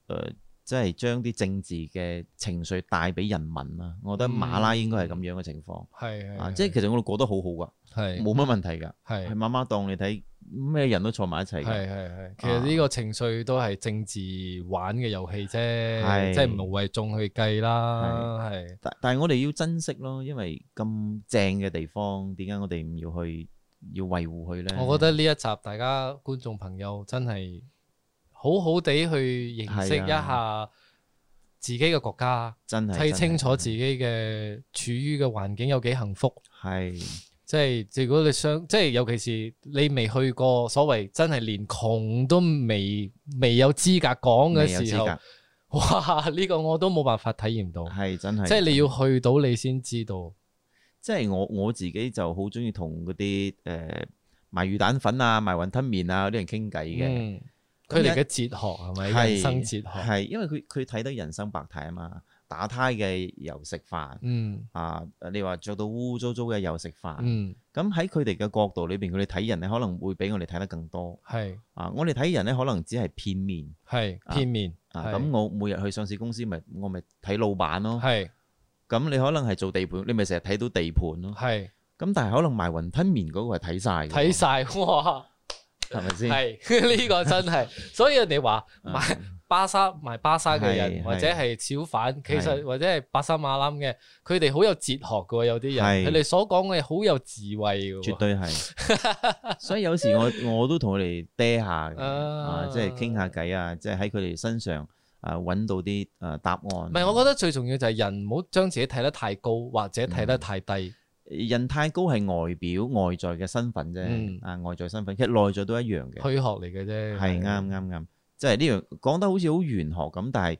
呃即係將啲政治嘅情緒帶俾人民啦。我覺得馬拉應該係咁樣嘅情況、嗯係啊，係即係其實我哋過得好好噶，係冇乜問題噶，係係媽媽當你睇咩人都坐埋一齊㗎。係係係，其啊實呢個情緒都係政治玩嘅遊戲啫，係即係無謂眾去計啦，係但但係我哋要珍惜咯，因為咁正嘅地方，點解我哋唔要去要維護佢咧？我覺得呢一集大家觀眾朋友真係好好地去認識一係下自己嘅國家，真係睇清楚自真係己嘅處於嘅環境有幾幸福。係即係如果你想，即係尤其是你未去過所謂真係連窮都未未有資格講嘅未有時資候，格，哇！呢、個我都冇辦法體驗到。係真係即係你要去到你先知道。即係我我自己就好中意同嗰啲誒賣魚蛋粉啊、賣雲吞麵啊嗰啲人傾偈嘅，嗯，佢哋嘅哲學係咪係人生哲學？係因為佢佢睇得人生百態啊嘛，打呔嘅又食飯嗯啊，你話着到污糟糟嘅又食飯，嗯，咁喺佢哋嘅角度裏邊，佢哋睇人咧可能會比我哋睇得更多係啊，我哋睇人咧可能只係片面係啊片面啊，係咁我每日去上市公司咪我咪睇老闆咯，係咁你可能係做地盤，你咪成日睇到地盤咯，係咁但係可能賣雲吞麵嗰個係睇晒嘅喎，睇晒哇！係咪先？啊係 呢個真係，所以人哋話買巴沙賣巴沙嘅人，係或者係小販，其實係或者係白沙馬冧嘅，佢哋好有哲學嘅喎，有啲人係佢哋所講嘅好有智慧嘅絕喎。對係。 所以有時我我都同佢哋嗲下嘅，啊啊，即係傾下偈啊，即係喺佢哋身上啊揾到啲啊答案。唔唔係，我覺得最重要就係人唔好將自己睇得太高，或者睇嗯得太低。人太高係外表外在嘅身份啫，嗯啊外在身份，其實內在都一樣嘅，虛學嚟嘅啫，係啱啱啱。即係呢樣講得好似好玄學咁，但係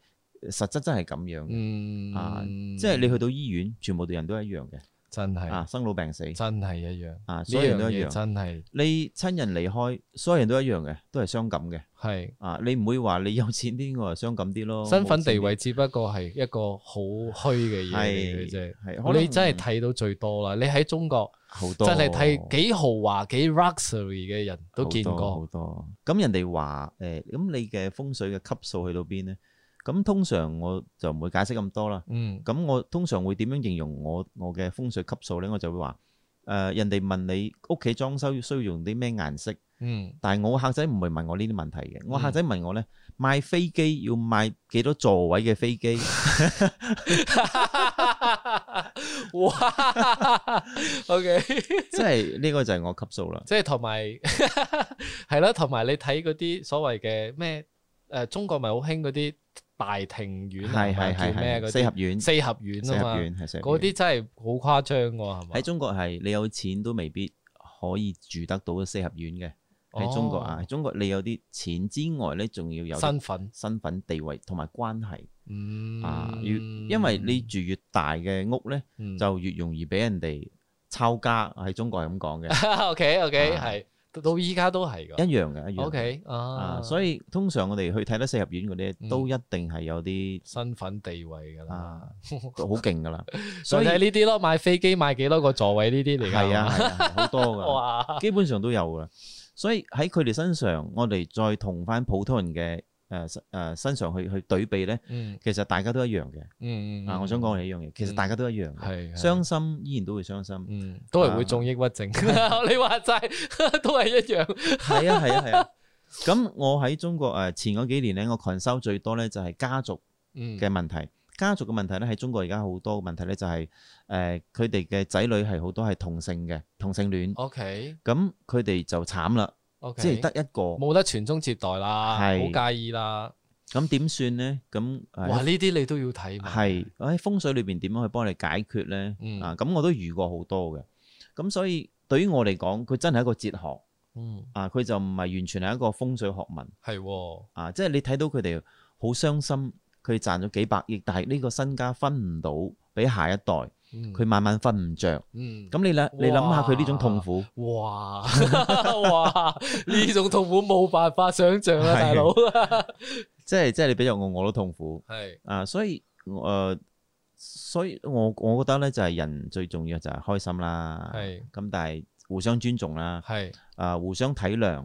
實質真係咁樣嘅。嗯啊即係你去到醫院，全部對人都一樣嘅，真係啊生老病死真係一樣，呢啊，所有樣人都一嘢樣。真係你親人離開，所有人都一樣嘅，都係傷感嘅。係啊，你唔會話你有錢啲，我係傷感啲咯。身份冇錢地啲位，只不過係一個好虛嘅嘢嚟嘅係。啫係，可我能你真係睇到最多啦！你喺中國好多，真係睇幾豪華、幾 luxury 嘅人都見好多好過。多。咁人哋話誒，咁你嘅風水嘅級數去到邊呢？咁通常我就唔會解釋咁多啦。嗯咁我通常會點樣形容我我嘅風水級數呢？我就會話誒，人哋問你屋企裝修需要用啲咩顏色， 嗯但係我客仔唔會問我呢啲問題嘅。我嗯客仔問我呢，買飛機要買幾多座位嘅飛 機？哇！OK， 即係呢個就係我級數啦。即係同埋係啦，同埋你睇嗰啲所謂嘅咩誒中國咪好興嗰啲大庭院啊，係係係叫咩嗰係啲四合院，四合院四啊合嘛，院係四合嗰院啲真係好誇張喎，係嘛？喺中國係你有錢都未必可以住得到四合院嘅。喺中國啊，喺中國你有啲錢之外咧，仲要有哦啲身份，身份地位同埋關係嗯嗯啊，要因為你住越大嘅屋咧，你 就越容易俾人哋抄家。喺中國係咁講 嘅， OK OK 啊係到到依家都係㗎一樣嘅，一樣嘅。 ，OK 啊啊，，所以通常我哋去睇得四合院嗰 啲，啊都一定係有啲身份地位㗎啦啊。好勁 噶啦，所所以以呢啲咯，買飛機買幾多個座位呢啲嚟㗎？係啊，係啊係好多 噶，哇，基本上都有噶啦。所以喺佢哋身上，我哋再同翻普通人嘅誒誒身上去去對比咧，嗯其實大家都一樣嘅。嗯啊，我想講係一樣嘢，其實大家都一樣嘅，係係傷心依然都會傷心。嗯，都係會中抑鬱症。啊 你話齋 都係一樣。係啊，係啊，係啊。咁我喺中國誒前嗰幾年咧，我群收最多咧就係家族嗯嘅問題。家族嘅問題咧，喺中國而家好多嘅問題咧，就係誒佢哋嘅仔女係好多係同性嘅同性戀， ，OK 咁佢哋就慘啦， OK，即係得一個，冇得傳宗接代啦，係好介意啦。咁點算咧？咁哇，誒呢啲你都要睇埋。係喺啊風水裏邊點樣去幫你解決咧？嗯啊，咁我都遇過好多嘅，咁所以對於我嚟講，佢真係一個哲學嗯，啊，佢就唔係完全係一個風水學問係喎。啊，即係你睇到佢哋好傷心，佢賺咗幾百億，但係呢個身家分唔到俾下一代，嗯佢慢慢分唔着。嗯咁你諗你諗下佢呢種痛苦， 哇哇！呢種痛苦冇辦法想像啊，係大佬。即係即係你俾咗我，我都痛苦係啊！所以誒、呃所以我我覺得咧就係人最重要就係開心啦，係咁但係互相尊重啦，係，啊互相體諒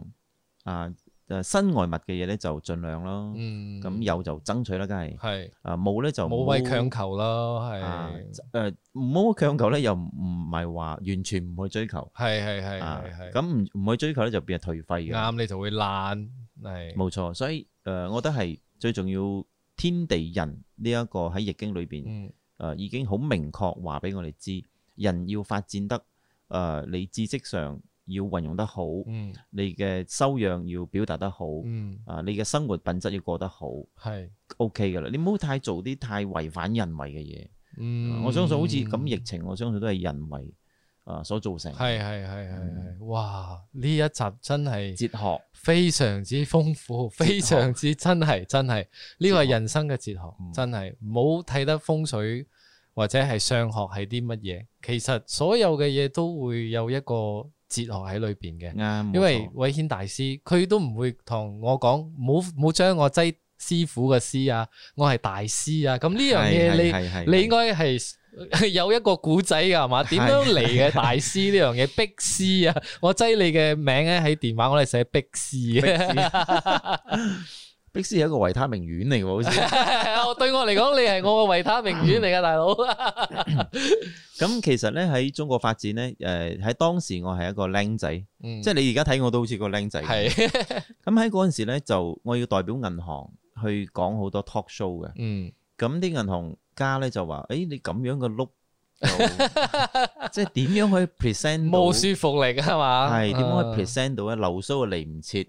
啊誒身外物嘅嘢咧就盡量咯，嗯，咁、有就爭取啦，梗係係啊冇咧就唔好冇謂強求咯，係啊誒唔好強求咧，又唔唔係話完全唔去追求係係係啊係，係。咁唔唔去追求咧就變係頹廢嘅。啱你就會爛係。冇錯，所以誒、呃我覺得係最重要天地人呢一個喺易經裏邊誒、嗯呃已經好明確話俾我哋知，人要發展得誒、呃你知識上要運用得好，嗯你嘅修養要表達得好，嗯啊、你嘅生活品質要過得好係。 ，OK 噶啦，你唔好太做啲太違反人為嘅嘢。嗯，我相信好似咁疫情，我相信都係人為啊、呃所造成。係係係嗯係係，哇！呢一集真係哲學非常之 豐富，非常之真係真係呢個係人生嘅哲學，嗯真係唔好睇得風水或者係相學係啲乜嘢，其實所有嘅嘢都會有一個哲學喺裏邊嘅。啱，冇因為錯偉軒大師佢都唔會同我講，冇冇將我擠師傅嘅師啊，我係大師啊。咁呢樣係嘢係係係你 你應該係 有一個古仔㗎係嘛？點樣嚟嘅大師呢樣嘢？逼師啊！我擠你嘅名咧喺電話我哋寫逼師嘅。碧斯係一個維他命丸嚟喎，好似。 我對我嚟講，你係我嘅維他命丸嚟㗎，大 佬。咁其實咧喺中國發展咧，誒、喺當時我係一個僆仔，即即係你而家睇我都好似個僆仔。係咁喺嗰陣時咧，就我要代表銀行去講好多 talk show 嘅。嗯咁啲銀行家咧就話：，誒、你咁樣嘅碌， 就即係點樣可以 present 到 冇舒服嚟㗎係嘛？係點樣啊 可以 present 到咧？流蘇啊嚟唔切，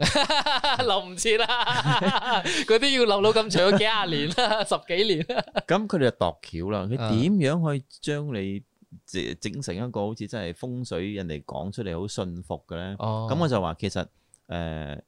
留唔切啦， 嗰啲要留到咁長，幾廿年啦，十幾年啦。咁佢哋就度橋啦。佢啊點樣可以將你整整成一個好似真係風水人哋講出嚟好信服嘅咧？哦咁我就話其實誒、呃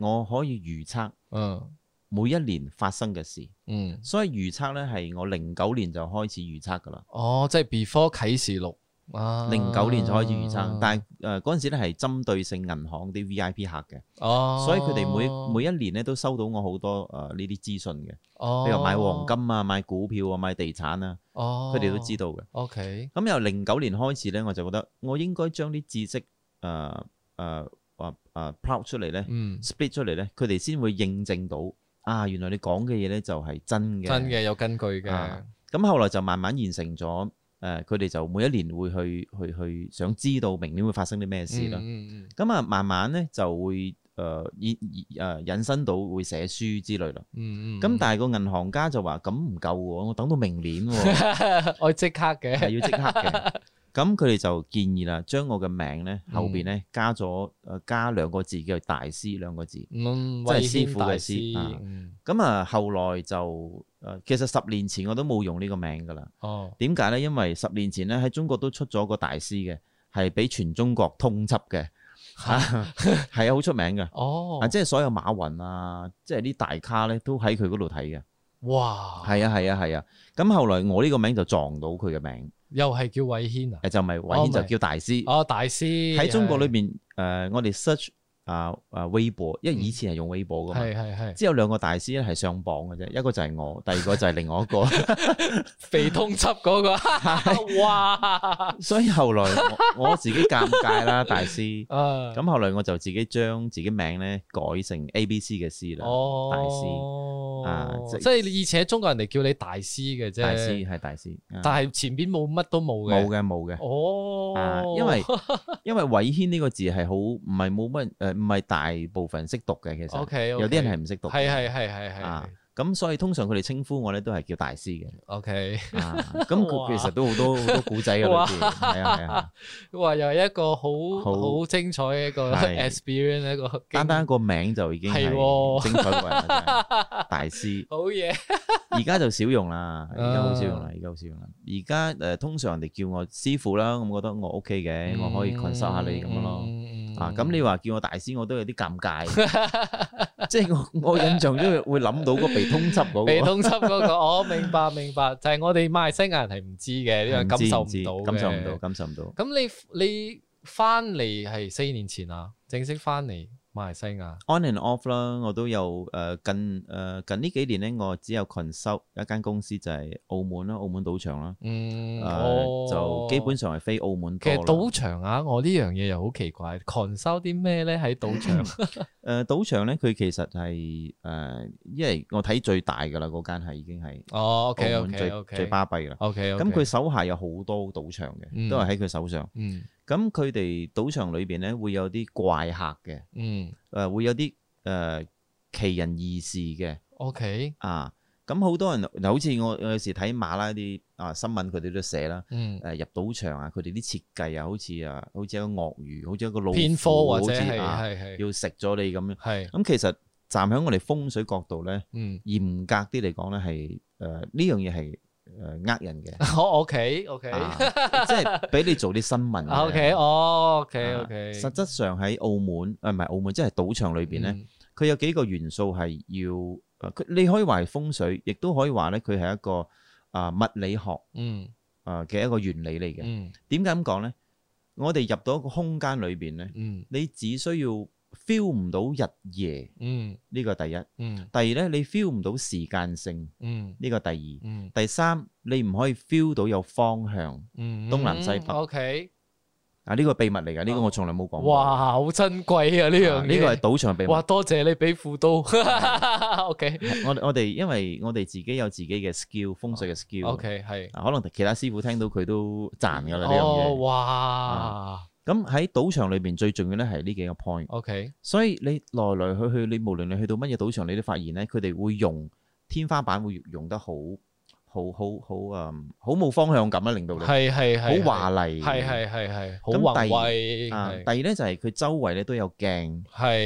我可以預測嗯每一年發生嘅事，嗯，所以預測咧係我零九年就開始預測噶啦，哦，即係 before 啟示錄啊，零九、年就開始預測，但係誒嗰陣時咧係針對性銀行啲 V.I.P 客嘅，哦，所以佢哋每每一年咧都收到我好多誒呢啲資訊嘅，哦，譬如買黃，金啊、買股票啊、買地產啊，哦，佢哋都知。道嘅。 OK，咁由零九年開始咧，我就覺得我應該將啲知識誒誒話誒 proud 出嚟咧。嗯， split 出嚟咧，佢哋先會認證到啊，原來你講嘅嘢咧就係真嘅。真。嘅有根據嘅嗯啊，咁後來就慢慢現成咗，誒、佢哋就每一年會去去去想知道明年會發生啲咩事啦。嗯嗯咁啊、慢慢咧就會誒引誒引申到會寫書之類啦。嗯嗯，咁、但係個銀行 家就話咁唔夠喎，我等到明年喎、但我即刻嘅，係要即刻嘅。咁佢哋就建議啦，將我嘅名咧後邊咧加咗誒加兩個字叫做大師兩個字。嗯，即係慧師軒傅大嘅師師啊嗯咁啊，後來就誒、呃其實十年前我都冇用呢個名噶啦。哦，點解咧？因為十年前咧喺中國都出咗個大師嘅，係俾全中國通緝嘅， 係啊，好出名嘅。哦啊，，即係所有馬雲啊，即係啲大咖咧，都喺佢嗰度睇嘅。哇，係啊，係啊，係啊。咁後來我呢個名就撞到佢嘅名，又係叫慧軒啊？誒就咪慧軒哦就咪叫大師。哦，大師喺中國裏係邊，誒、我哋 search 啊啊微博，因為以前係用微博噶嘛。係係係只有兩個大師咧係上榜 嘅啫，一個就係我，第二個就係另外一個。肥通緝 嗰個，哇，所以後來我我自己尷尬啦， 大師。啊，咁後來我就自己將自己名咧改成 A B C 嘅 C 啦。哦，啊大師，啊即即係以前喺中國人哋叫你大師嘅啫，大師係大師。啊但係前邊冇乜都冇冇嘅，嘅冇嘅，啊哦，因 為因為偉軒呢個字係好唔係冇乜誒，唔係大部分人識讀嘅，其 O 實 K，有啲人係唔識讀嘅。係係係係啊係，咁所以通常佢哋稱呼我咧都係叫大師嘅。 ，O K。啊，咁佢哇其實都好多好多古仔嘅裏哇邊，係啊係啊， 哇！又係一個好好好精彩嘅一個係 experience 一個經單單個名就已經係喎係精彩過人啦，真係 大師。好嘢，而家就少用 啦，而家好少啊用啦，而家好少用啦。而家誒通常人哋叫我師傅啦，咁我覺得我 OK 嘅，我可以 consult 下你咁樣咯。嗯啊，咁你話叫我大師，我都有啲尷 尬，即係我我印象中會諗到個被通緝嗰被個，通緝嗰個，我明白明白，就係我哋馬來西亞人係唔知嘅，呢樣唔感知受唔知唔到，感受唔到，。感受唔到。咁你你翻嚟係四年前啊，正式翻嚟馬來西亞。 on and off 啦，我都有誒、呃近誒、呃近呢幾年咧，我只有 consult 一間公司就係澳門啦，澳門賭場啦，嗯，誒、哦就基本上係飛澳門多其實啦。賭場啊，我呢樣嘢又好奇怪，狂收啲咩咧喺賭 場？誒賭場咧，佢其實係誒、呃因為我睇最大㗎啦，嗰間係已經係哦，OK 澳門最 OK OK，最巴閉㗎啦。 OK，咁佢手下有好多賭場嗯嘅，都係喺佢手上。嗯咁佢哋賭場裏邊咧會有啲怪客嘅，誒、嗯會有啲誒、呃奇人異事嘅。 OK，啊，咁好多人嗱好似我我有時睇馬拉啲啊新聞，佢哋都寫啦。嗯誒、。入賭場啊，佢哋啲設計啊，好似啊，好似一個鱷魚，好似一個老虎偏科或者好似係啊係係要食咗你咁樣。係咁其實站喺我哋風水角度咧，嗯， 嚴格啲嚟講咧，係誒呢樣嘢係誒呃人嘅，好 OK OK 啊即係俾你做啲新聞嘅。啊 OK 哦 OK 啊 OK，實質上喺澳門，誒唔係澳門，即係賭場裏邊咧，佢有幾個元素係要，誒佢你可以話係風水，亦都可以話咧佢係一個啊、物理學嗯啊嘅一個原理嚟嘅。嗯點解咁講咧？我哋入到一個空間裏邊咧，嗯你只需要 feel 唔到日夜嗯呢個第一，第嗯二咧你 feel 唔到時間性嗯呢個第二，嗯第三你唔可以 feel 到有方向嗯東南西北 OK，啊！呢個秘密嚟㗎，呢個我從來冇講過。哇，好珍貴啊呢啊樣呢個係嘢，賭場秘密哇，。多謝你俾副刀 ，OK 我哋我哋因為我哋自己有自己嘅 skill，風水嘅 skill。 OK 係，啊，可能其他師傅聽到佢都賺㗎啦呢樣哦嘢。啊哇咁喺賭場裏邊最重要咧係呢幾個 point， OK 所以你來來去去，你無論你去到乜嘢賭場，你都發現咧，佢哋會用天花板會用得好好好好誒，好冇方向感啊，令到你係係係好華麗。係係係係好咁宏第偉啊，係第二咧就係佢周圍咧都有鏡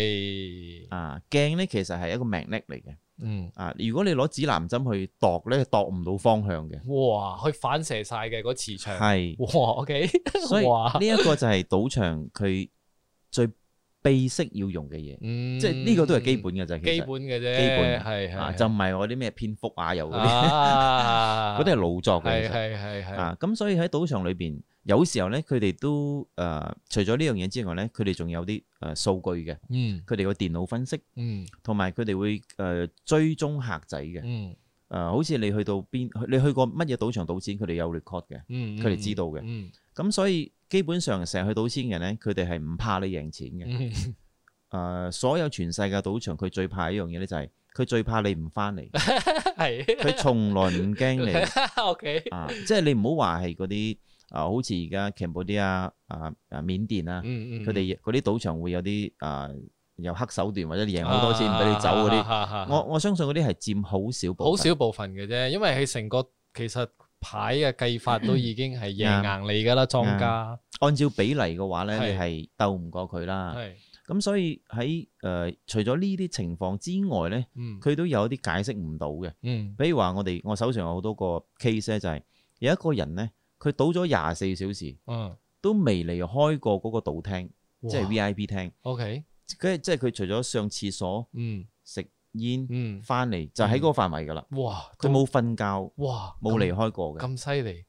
係啊，鏡咧其實係一個 magnet 嚟嘅嗯。啊，如果你攞指南針去度咧，度唔到方向嘅。哇，佢反射晒嘅嗰磁場。係。 哇，OK，所以哇， 呢一個就係賭場佢最 basic 要用嘅嘢，嗯即係呢個都係基本嘅就其基實本嘅啫，基本係啊，係就唔係我啲咩蝙蝠啊，又嗰啲 啊嗰啲係老作嘅係其實係係係啊，咁所以喺賭場裏邊，有時候咧佢哋都誒除咗呢樣嘢之外咧，佢哋仲有啲誒數據嘅，嗯佢哋個電腦分析，嗯同埋佢哋會誒追蹤客仔嘅，嗯誒好似你去到邊，你去過乜嘢賭場賭錢，佢哋有 record 嘅，嗯，佢哋知道嘅嗯咁所以基本上成日去賭錢嘅人咧，佢哋係唔怕你贏錢嘅。嗯誒、呃所有全世界賭場，佢最怕一樣嘢咧，就係佢最怕你唔翻 嚟，係佢從來唔 驚你 OK，啊！即係你唔好話係嗰啲啊，好似而家 Cambodia 啊啊緬甸啊，嗯嗯，佢哋嗰啲賭場會有啲啊有黑手段或者贏好多錢唔俾你走嗰啲，啲我我相信嗰啲係佔好少部啊好分。少部分嘅啫，因為佢成個其實。牌嘅計法都已經係贏硬你㗎啦，莊家按照比例嘅話咧，係你係鬥唔過佢啦。係咁所以喺誒、呃除咗呢啲情況之外咧，嗯佢都有一啲解釋唔到嘅。嗯比如話，我哋我手上有好多個 case 咧，就係有一個人咧，佢賭咗廿四小時嗯，都未離開過嗰個賭廳，即係哇 VIP 廳。 OK，佢即係佢除咗上廁所、嗯食煙嗯，翻嚟，就喺嗰個範圍㗎啦。哇，佢咁冇瞓覺，哇冇離開過咁嘅。咁犀利，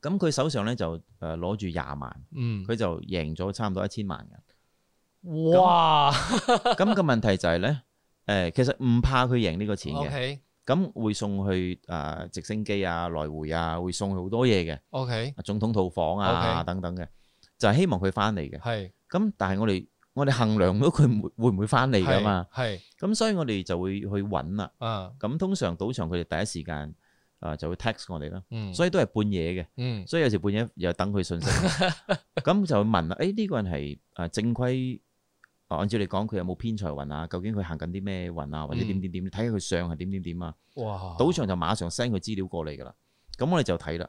咁佢手上咧就誒攞住廿萬，嗯，佢就贏咗差唔多一千萬嘅。 哇咁個問題就係咧，誒、其實唔怕佢贏呢個錢嘅， ，OK 咁會送去誒、呃直升機啊、來回啊，會送佢好多嘢嘅， OK 總統套房啊 OK 等等嘅，就係希望佢翻嚟嘅。係咁但係我哋我哋衡量到佢唔會會唔會翻嚟噶嘛，係係咁所以我哋就會去揾啦。啊咁通常賭場佢哋第一時間啊、呃就會 text 我哋 啦，嗯所以都係半夜嘅，嗯所以有時半夜又等佢信息，咁就會問啦，誒、呢、個人係啊正規。啊按照你講，佢有冇偏財運啊？究竟佢行緊啲咩運啊？或者點點點？你睇下佢相係點點點啊！哇賭場就馬上 send 佢資料過嚟㗎啦。咁我哋就睇啦，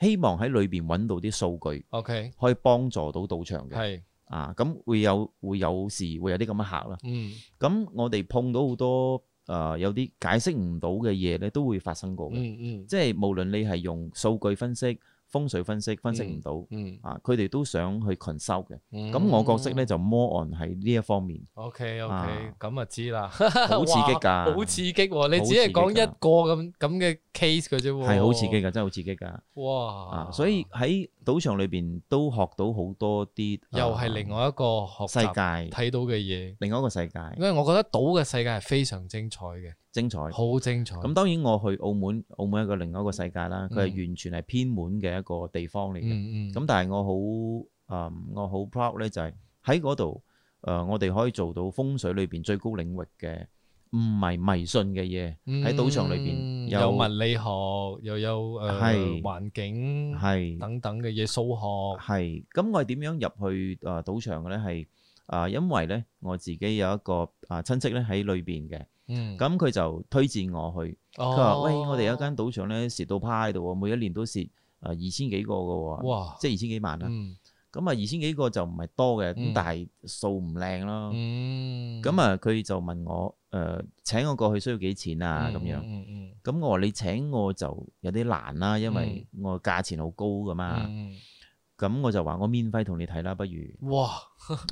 希望喺裏邊揾到啲數據， OK 可以幫助到賭場嘅。係啊，咁會有會有時會有啲咁嘅客啦。嗯咁我哋碰到好多誒、呃有啲解釋唔到嘅嘢咧，都會發生過嘅。嗯嗯即係無論你係用數據分析、風水分析，分析唔到、嗯，啊，佢哋都想去 consult 嘅。咁咁、我角色咧就 more on 喺呢一方 面， OK OK，啊咁啊知啦，好刺激 哇㗎，好刺激喎！你好只係刺激㗎講一個咁咁嘅 case 嘅啫喎，係好刺激㗎，真係好刺激㗎。哇！啊，所以喺賭場裏邊都學到好多啲，啊又係另外一個學世習界，睇到嘅嘢，另外一個世界因為我覺得賭嘅世界係非常精彩嘅，精彩。咁好精彩。當然我去澳門，澳門一個另外一個世界啦，佢嗯係完全係偏門嘅一個地方嚟嘅。嗯嗯，咁但係我好，嗯，我好 proud 咧，就係喺嗰度，誒，我哋可以做到風水裏邊最高領域嘅，唔係迷信嘅嘢，喺賭場裏邊嗯有有物理學，又有誒係環境係啊等等嘅嘢，數學係，咁我係點樣入去誒賭場嘅咧？係啊，因為咧我自己有一個啊親戚咧喺裏邊嘅，嗯。哦咁佢就推薦我去。佢佢話：喂，我哋有一間賭場咧，蝕到趴喺度喎，每一年都蝕誒呃二千幾個嘅喎，哇，即係二千幾萬啦。嗯咁啊，二千幾個就唔係多嘅，嗯咁但係數唔靚啦。嗯咁啊，佢就問我誒請我過去需要幾錢啊？咁嗯樣。嗯嗯咁我話你請我就有啲難啦，因為我價錢好高噶嘛。嗯咁我就話我免費同你睇啦，不如嗯哇，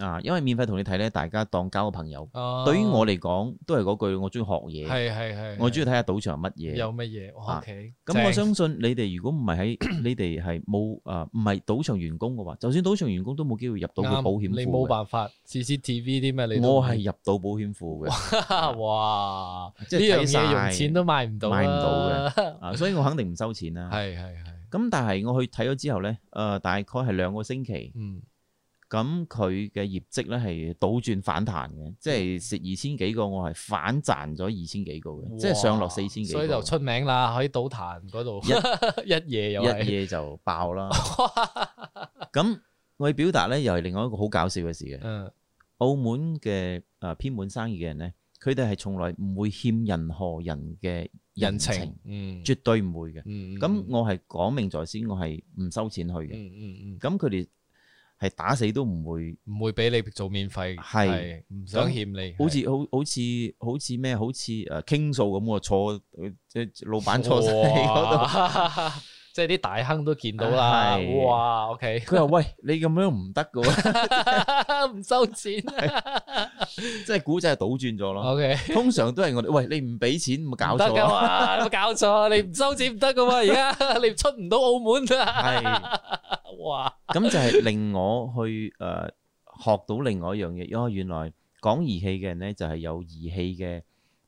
啊，因為免費同你睇咧，大家當交個朋友。啊對於我嚟講，都係嗰句，我中意學嘢，係係係，我中意睇下賭場乜嘢。有乜嘢哇啊？OK，咁我正相信你哋如果唔係 喺你哋係冇誒唔係賭場員工嘅話，就算賭場員工都冇機會入到個啱保險庫你冇嘅。辦法 CCTV 啲咩？你都我係入到保險庫嘅，哇！呢即係樣睇晒嘢用錢都買唔到，買唔到 嘅，啊，所以我肯定唔收錢啦。係係係，咁但係我去睇咗之後咧，誒、大概係兩個星期，嗯咁佢嘅業績咧係倒轉反彈嘅，即嗯係蝕二千幾個，我係反賺咗二千幾個嘅，即係上落四千幾個，所以就出名啦，喺賭壇嗰度 一夜又一係，夜就爆 啦。咁我要表達咧，又係另外一個好搞笑嘅事嘅。嗯澳門嘅誒偏門生意嘅人咧，佢哋係從來唔會欠任何人嘅人人情情，，嗯絕對唔會嘅。嗯咁我係講明在先，我係唔收錢去嗯嘅。嗯嗯咁佢哋係打死都唔會，唔會俾你做免費，係係唔想欠你，好似好好似好似咩，好似誒傾訴咁喎，坐即係老闆坐晒嗰度。度， 即係啲大亨都見到啦，係哇！OK，佢話：喂，你咁樣唔得嘅 喎，唔收錢啊即係古仔係倒轉咗咯。 ，OK。通常都係我哋，喂，你唔俾錢，咪哦搞啊唔得錯噶啊！嘛，有冇搞錯？你唔收錢唔得噶嘛，而家 你出唔到澳門啊！ 係。哇，咁就係令我去誒、呃、學到另外一樣嘢，哦，原來講義氣嘅人咧就係有義氣嘅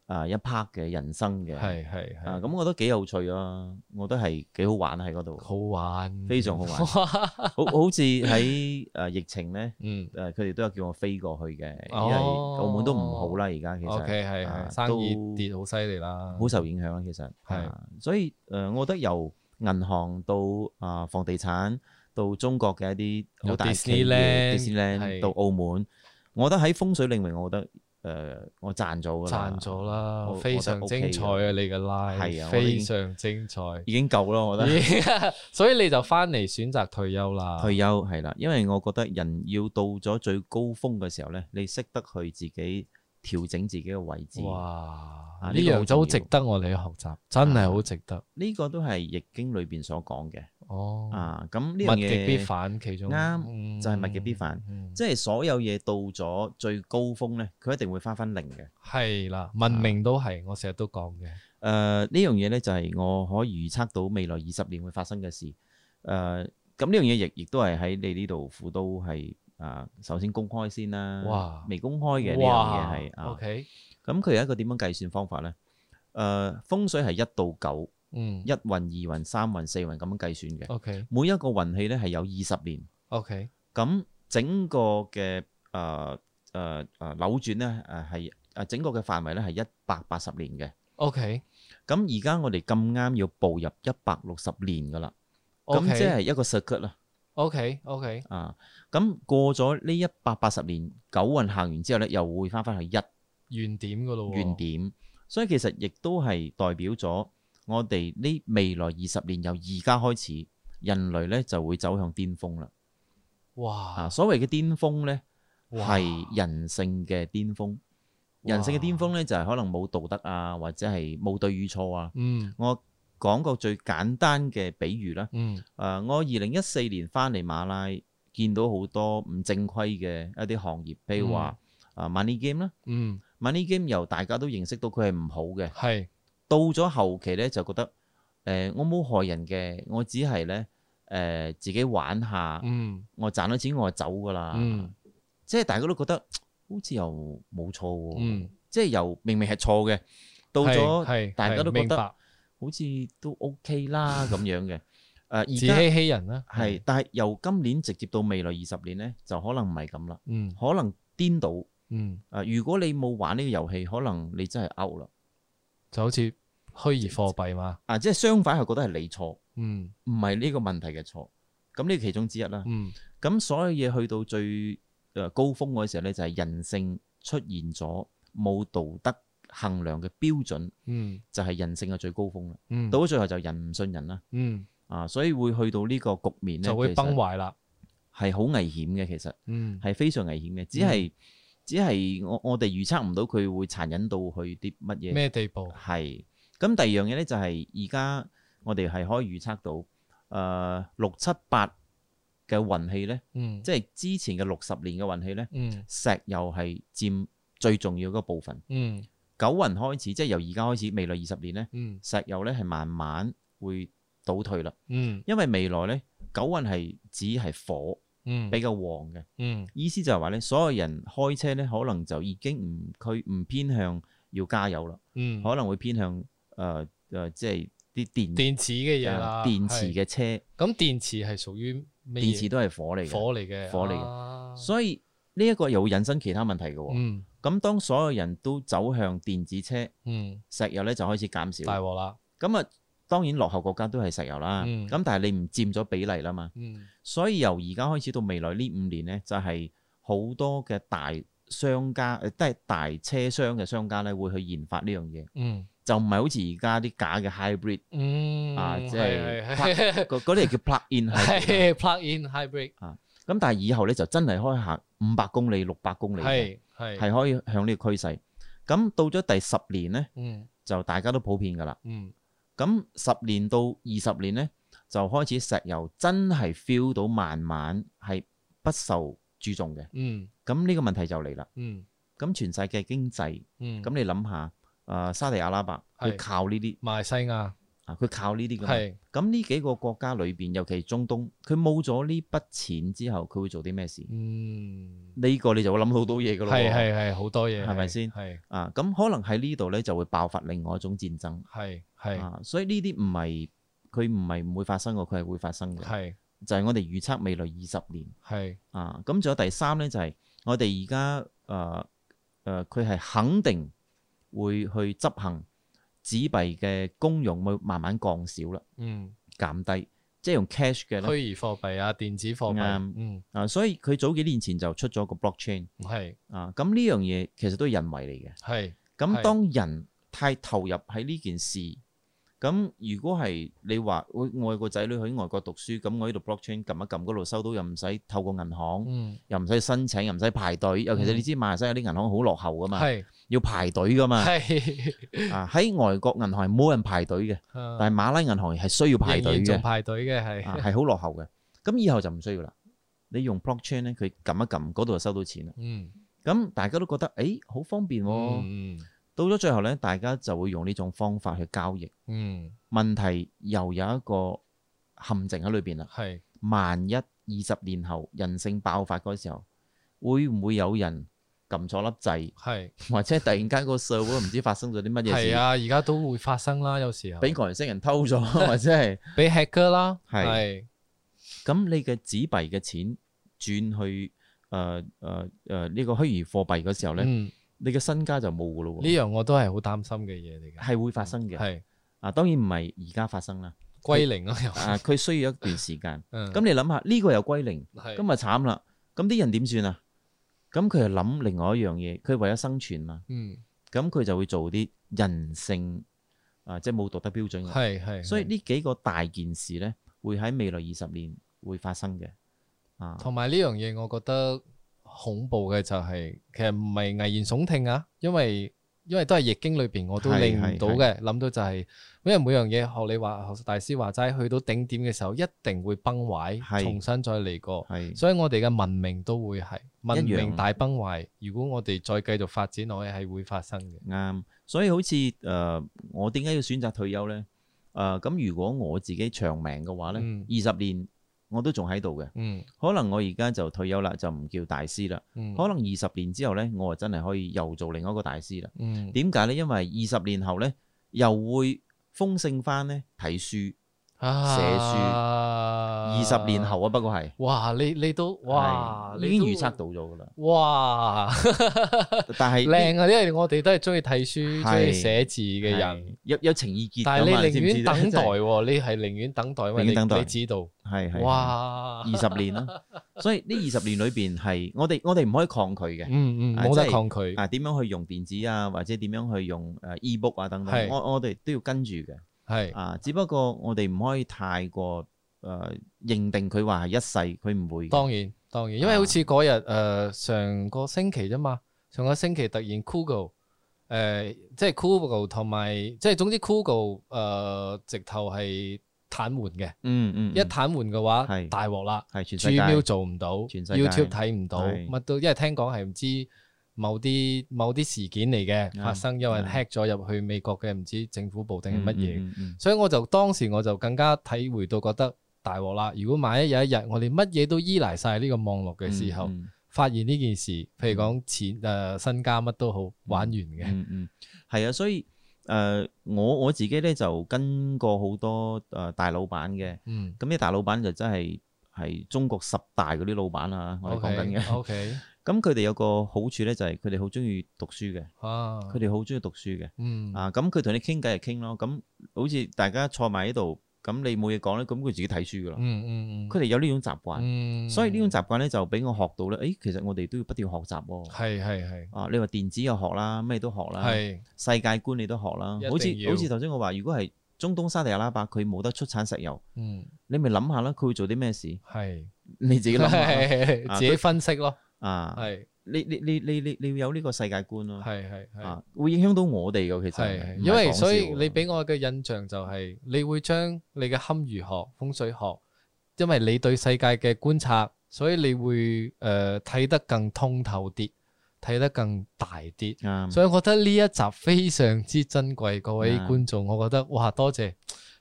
啊、一 part 嘅人生嘅，係係啊係，咁我覺得幾有趣啊，我覺得係幾好玩喺嗰 度，好玩，非常好玩， 玩。好好似喺誒疫情咧嗯誒佢哋都有叫我飛過去嘅，哦因為澳門都唔好啦，而家其實嗯，OK，係啊係，生意都跌好犀利啦，好受影響啦，其實係啊所以誒、呃我覺得由銀行到啊、房地產到中國嘅一啲好大有企業 Disneyland， Disneyland 係到澳門，我覺得喺風水領域，我覺得誒我賺咗㗎啦，賺咗啦我，非常精彩啊！你嘅係 live 啊我已非經常精彩，已經夠啦，我覺得。咦 所以你就翻嚟選擇退休啦。退休係啦，因為我覺得人要到咗最高峰嘅時候咧，你識得去自己調整自己嘅位置。哇！啊呢呢個樣好真係好重值要啊得我哋去學習，真係好值得。呢個都係易經裏邊所講嘅哦，啊。咁呢物樣極必嘢反，其中啱啱就係物極必反，嗯即係所有嘢到咗最高峰咧，佢一定會翻翻零嘅。係啊啦，文明都係，我成日都講嘅。誒、呢樣嘢咧就係我可以預測到未來二十年會發生嘅事。誒、咁呢樣嘢亦亦都係喺你呢度輔導係啊，首先公開先啦。哇未公開嘅呢哇啊樣嘢係啊。 ，OK，咁佢有一個點樣計算方法咧？誒、風水係一到九，嗯一運、二運、三運、四運咁樣計算嘅。 ，OK，OK，每一個運氣咧係有二十年，咁整個嘅誒誒誒扭轉咧誒係誒整個嘅範圍咧係一百八十年嘅。 OK，咁而家我哋咁啱要步入一百六十年噶啦，咁 OK，即係一個 circuit 啦， OK，OK，啊，咁過咗呢一百八十年九運行完之後咧，又會翻翻去一原點噶咯喎，原點，所以其實亦都係代表咗我哋呢未來二十年由而家開始，人類咧就會走向巔峰啦。啊，哇，所謂嘅巔峰咧哇係人性嘅巔峰，人性嘅巔峰咧就係可能冇道德啊，或者係冇對與錯啊。嗯我講個最簡單嘅比喻啦。嗯誒、我二零一四年翻嚟馬拉，見到好多唔正規嘅一啲行業，譬如話啊 money game 啦嗯， ，money game 由大家都認識到佢係唔好嘅，係到咗後期咧就覺得誒、呃我冇害人嘅，我只係咧誒自己玩下，嗯我賺咗錢我就走㗎啦，嗯即係大家都覺得好似又冇錯喎，嗯，即係由明明係錯嘅，到咗係大家都覺明得白好似都 OK 啦咁樣嘅，誒呃而自家。欺欺人啦，係，但係由今年直接到未來二十年呢，就可能唔係咁啦，嗯可能顛倒。嗯，啊、如果你冇玩呢個遊戲，可能你真係 out 啦。就好似虛擬貨幣嘛，啊，即係相反係覺得係你錯，唔嗯係呢個問題嘅錯。咁呢個其中之一啦。嗯咁所有嘢去到最誒、呃高峰嗰時候呢，就係、人性出現咗冇道德衡量嘅標準，嗯就係、人性嘅最高峰啦。嗯，到咗最後就人唔信人啦。嗯啊，所以會去到呢個局面呢，就其會實崩壞啦，係好危險嘅，其實。嗯係非常危險嘅，只係、只係我我哋預測唔到佢會殘忍到去啲乜嘢。咩地步？係咁第二樣嘢咧，就係而家我哋係可以預測到誒六七八嘅運氣咧，嗯即係之前嘅六十年嘅運氣咧，嗯石油係佔最重要嘅部分。嗯九運開始，即係由而家開始，未來二十年咧，嗯石油咧係慢慢會倒退啦，嗯因為未來咧九運係只係火嗯比較旺嘅。嗯意思就係話咧，所有人開車咧，可能就已經唔佢唔偏向要加油啦，嗯，可能會偏向誒誒、呃呃即係啲電電池嘅嘢啦，呃電池嘅車，係，咁電池係屬於咩嘢？電池都係火嚟嘅，火嚟嘅，火嚟嘅嘅所以呢一個又會引申其他問題嘅喎。嗯咁、當所有人都走向電子車，嗯，石油咧就開始減大少。鑊啦，咁啊，當然落後國家都係石油啦。嗯咁、但係你唔佔咗比例啦嘛，嗯所以由而家開始到未來呢五年咧，就係、好多嘅大商家，誒都係大車商嘅商家咧，會去研發呢樣嘢，嗯就唔係好似而家啲假嘅 hybrid 嗯，啊，即係係係係 plug- 嗰嗰啲係叫 plug in hybrid。係 plug in hybrid，咁但係以後咧就真係開行五百公里、六百公里嘅，係係，係可以向呢個趨勢。咁到咗第十年咧，嗯就大家都普遍㗎啦。嗯咁十年到二十年咧，就開始石油真係 feel 到慢慢係不受注重嘅。嗯咁呢個問題就嚟啦。嗯咁全世界經濟，嗯，咁你諗下，誒、沙地阿拉伯係佢靠呢啲馬來西亞啊，佢靠呢啲咁嘛。係咁呢幾個國家裏邊，尤其中東，佢冇咗呢筆錢之後，佢會做啲咩事？嗯呢、個你就會諗好多嘢噶咯喎。係係係好多嘢，係咪先係啊，咁可能喺呢度咧就會爆發另外一種戰爭係係啊，所以呢啲唔係佢唔係唔會發生嘅，佢係會發生嘅，係就係我哋預測未來二十年係啊。咁仲有第三咧，就係、我哋而家誒誒，佢、係肯定會去執行紙幣嘅功用會慢慢降少啦，嗯減低。即係用 cash 嘅咧。虛擬貨幣啊、電子貨幣啱，嗯，啊，所以佢早幾年前就出咗個 blockchain 係啊，咁呢樣嘢其實都係人為嚟嘅。係係咁當人太投入喺呢件事，咁如果係你話我我有個仔女喺外國讀書，咁我呢度 blockchain 撳一撳嗰度收到又唔使透過銀行，嗯又唔使申請，又唔使排隊。尤其是你知馬來西亞啲銀行好落後噶嘛，係要排隊噶嘛。係，啊喺外國銀行係冇人排隊嘅，但但係馬拉銀行係需要排隊嘅仲，排隊嘅係啊係好落後嘅。咁以後就唔需要啦。你用 blockchain 咧，佢撳一撳嗰度就收到錢啦。嗯咁大家都覺得誒好方便喎、嗯嗯到咗最後咧，大家就會用呢種方法去交易。嗯問題又有一個陷阱喺裏邊啦。係萬一二十年後人性爆發嗰時候，會唔會有人撳錯粒掣， 係或者突然間個社會唔知發生咗啲乜嘢係事，啊！而家都會發生啦，有時候俾外星人偷咗， 或者係俾 hacker 啦，係係咁你嘅紙幣嘅錢轉去誒誒誒呢個虛擬貨幣嘅時候咧，嗯呢你嘅身家就冇噶咯喎，樣我都係好擔心嘅嘢嚟嘅，係會發生嘅。係啊，當然唔係而家發生啦，歸零咯又，啊，佢需要一段時間。嗯咁你諗下，呢個又歸零。係咁咪啊慘啦！咁啲人點算啊？咁佢就諗另外一樣嘢，佢為咗生存嘛，嗯咁佢就會做啲人性啊，即係冇道德標準嘅。係係，所以係呢幾個大件事呢，會喺未來二十年會發生嘅。啊，同埋呢樣嘢，我覺得恐怖嘅就係、其實唔係危言聳聽啊，因為因為都係易經裏邊我都係領唔係到嘅，諗到就係、因為每樣嘢學你話學大師話齋，去到頂點嘅時候一定會崩壞，係重新再嚟過。係所以我哋嘅文明都會係文明樣大崩壞。如果我哋再繼續發展落去，係會發生嘅。啱。所以好似誒、呃我點解要選擇退休呢？誒、咁如果我自己長命嘅話呢，嗯二十、年我都仲喺度嘅。嗯可能我而家就退休啦，就唔叫大師啦。嗯可能二十年之後呢，我啊就真係可以又做另一個大師啦。嗯點解呢？因為二十年後呢，又會豐盛翻呢睇書。啊二二十年後啊，不過係哇！你你都哇，係你已經都預測到咗噶啦。哇！但係呢靚啊，因為我哋都係中意睇係書、中意寫字嘅人，係有有情意結但係㗎嘛你知寧唔知願道等待真係喎，你係寧願等待，因為寧願你等待你知道， 係係哇，二十年啦。所以呢二十年裏邊係我哋我哋唔可以抗拒嘅。嗯嗯，啊冇得即係抗拒，啊，點樣去用電子啊，或者點樣去用誒 e-book 啊等係等，我我哋都要跟住嘅。係啊，只不過我哋唔可以太過誒認定佢話係一世，佢唔會嘅。當然當然，因啊為好似嗰日誒上個星期啫嘛，上個星期突然 Google 誒，即係 Google 同埋即係總之 Google 誒直頭係癱瘓嘅，嗯嗯，一癱瘓嘅話係大鑊啦。係全世界 Gmail 做唔到全世界，YouTube 睇唔到，係乜都因為聽講係唔知某啲某啲事件嚟嘅啱發生，有人啱 hack 咗入去美國嘅唔知政府部定係乜嘢，嗯嗯嗯所以我就當時我就更加體會到覺得大鑊啦！如果萬一有一日我哋乜嘢都依賴晒呢個網絡嘅時候，嗯發現呢件事，譬如講錢誒、呃身家乜都好，玩完嘅，嗯嗯，係啊，所以誒、呃我我自己咧就跟過好多誒、呃大老闆嘅，嗯，咁啲大老闆就真係係中國十大嗰啲老闆啊，我哋講緊嘅。 ，OK，哦咁佢哋有個好處咧，就係佢哋好中意讀書嘅，啊，佢哋好中意讀書嘅。嗯，啊，咁佢同你傾偈就傾咯，咁好似大家坐埋喺度，咁你冇嘢講咧，咁佢自己睇書噶啦。嗯嗯嗯，佢哋有呢種習慣，嗯所以呢種習慣咧就俾我學到咧，誒，其實我哋都要不斷學習喎。係係係啊，你話電子又學啦，咩都學啦。係世界觀你都學啦一定，好似要好似頭先我話，如果係中東沙地阿拉伯佢冇得出產石油，嗯你咪諗下啦，佢會做啲咩事？係。你自己諗下啦啊自己分析咯，啊！係你你你你你你要有呢個世界觀咯，係係係啊，會影響到我哋嘅其實係，唔係因為講笑所以喎你俾我嘅印象就係，你會將你嘅堪輿學、風水學，因為你對世界嘅觀察，所以你會誒睇得更通透啲，睇得更大啲。啱所以我覺得呢一集非常之珍貴，各位嗯觀眾，我覺得哇，多謝，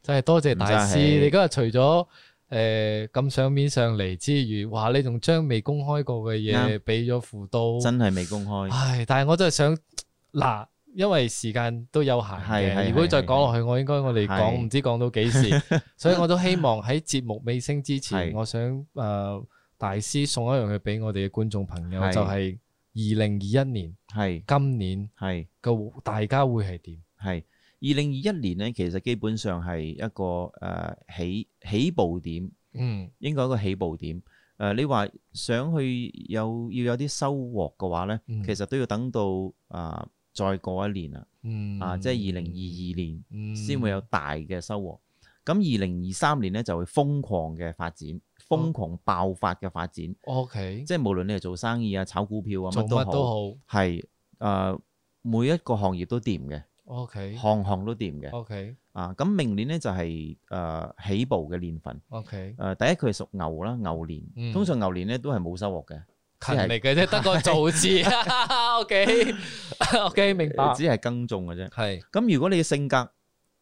真係多謝大唔師。使客氣你今日除咗誒咁上面上嚟之餘，哇，你仲將未公開過嘅嘢啱俾咗輔導，真係未公開，唉，但係我真係想嗱，因為時間都有限係嘅，係如果再係講落去，我應該我哋講係唔知講到 幾時，所以我都希望喺節目尾聲之前，係我想誒、呃大師送一樣嘢俾我哋嘅觀眾朋友，係就係二零二一年係今年係嘅大家會係點？係二零二一年咧，其實基本上係一個誒、呃起起步點，嗯應該一個起步點。誒、你話想去有要有啲收穫嘅話咧，嗯其實都要等到啊、再過一年啦，嗯啊即係二零二二年。二先會有大嘅收穫。咁二零二三年咧就會瘋狂嘅發展，瘋狂爆發嘅發展， O K，即係無論你係做生意啊、炒股票啊，嗯做乜都乜都好，好係誒、呃每一個行業都掂嘅， ，O K 行行都掂嘅。 O K 啊，咁明年咧就係、呃起步嘅年份。誒、 O K，第一佢係屬牛啦，牛年。嗯通常牛年咧都係冇收穫嘅，勤力嘅啫，得個 做字 ，O K O K，明白，只係耕種嘅啫。係咁如果你嘅性格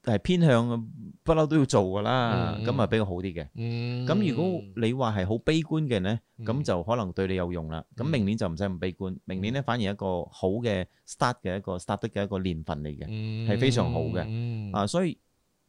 係偏向不嬲都要做㗎啦，嗯咁啊比較好啲嘅。嗯，咁如果你話係好悲觀嘅呢，咁、嗯就可能對你有用啦。咁嗯明年就唔使咁悲觀，明年呢，反而一個好嘅 start 嘅一個 start 得嘅一個年份嚟嘅。係係非常好嘅嗯啊，所以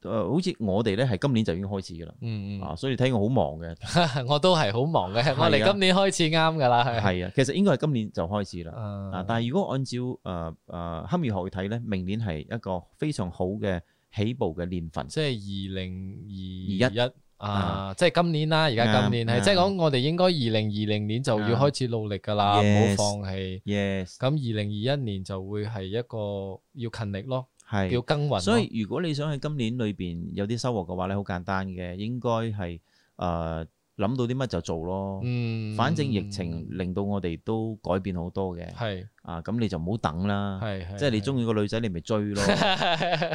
誒、呃好似我哋呢，係今年就已經開始噶啦。嗯嗯啊，所以睇我好忙嘅， 我都係好忙嘅，啊我哋今年開始啱噶啦，係係啊，其實應該係今年就開始啦。啊啊，但係如果按照誒誒堪輿學去睇呢，明年係一個非常好嘅起步嘅年份。即係二零二21一啊，即係今年啦，而家今年啱係啱即係講我哋應該二零二零年就要開始努力噶啦，唔 Yes 好放棄。 Yes，咁二零二一年就會係一個要勤力咯，係。要耕耘咯。所以如果你想喺今年裏邊有啲收穫嘅話咧，好簡單嘅，應該係誒諗到啲乜就做咯。嗯，反正疫情令到我哋都改變好多嘅，係啊咁你就唔好等啦，係係，啊即係你係 中意個女仔你咪追咯，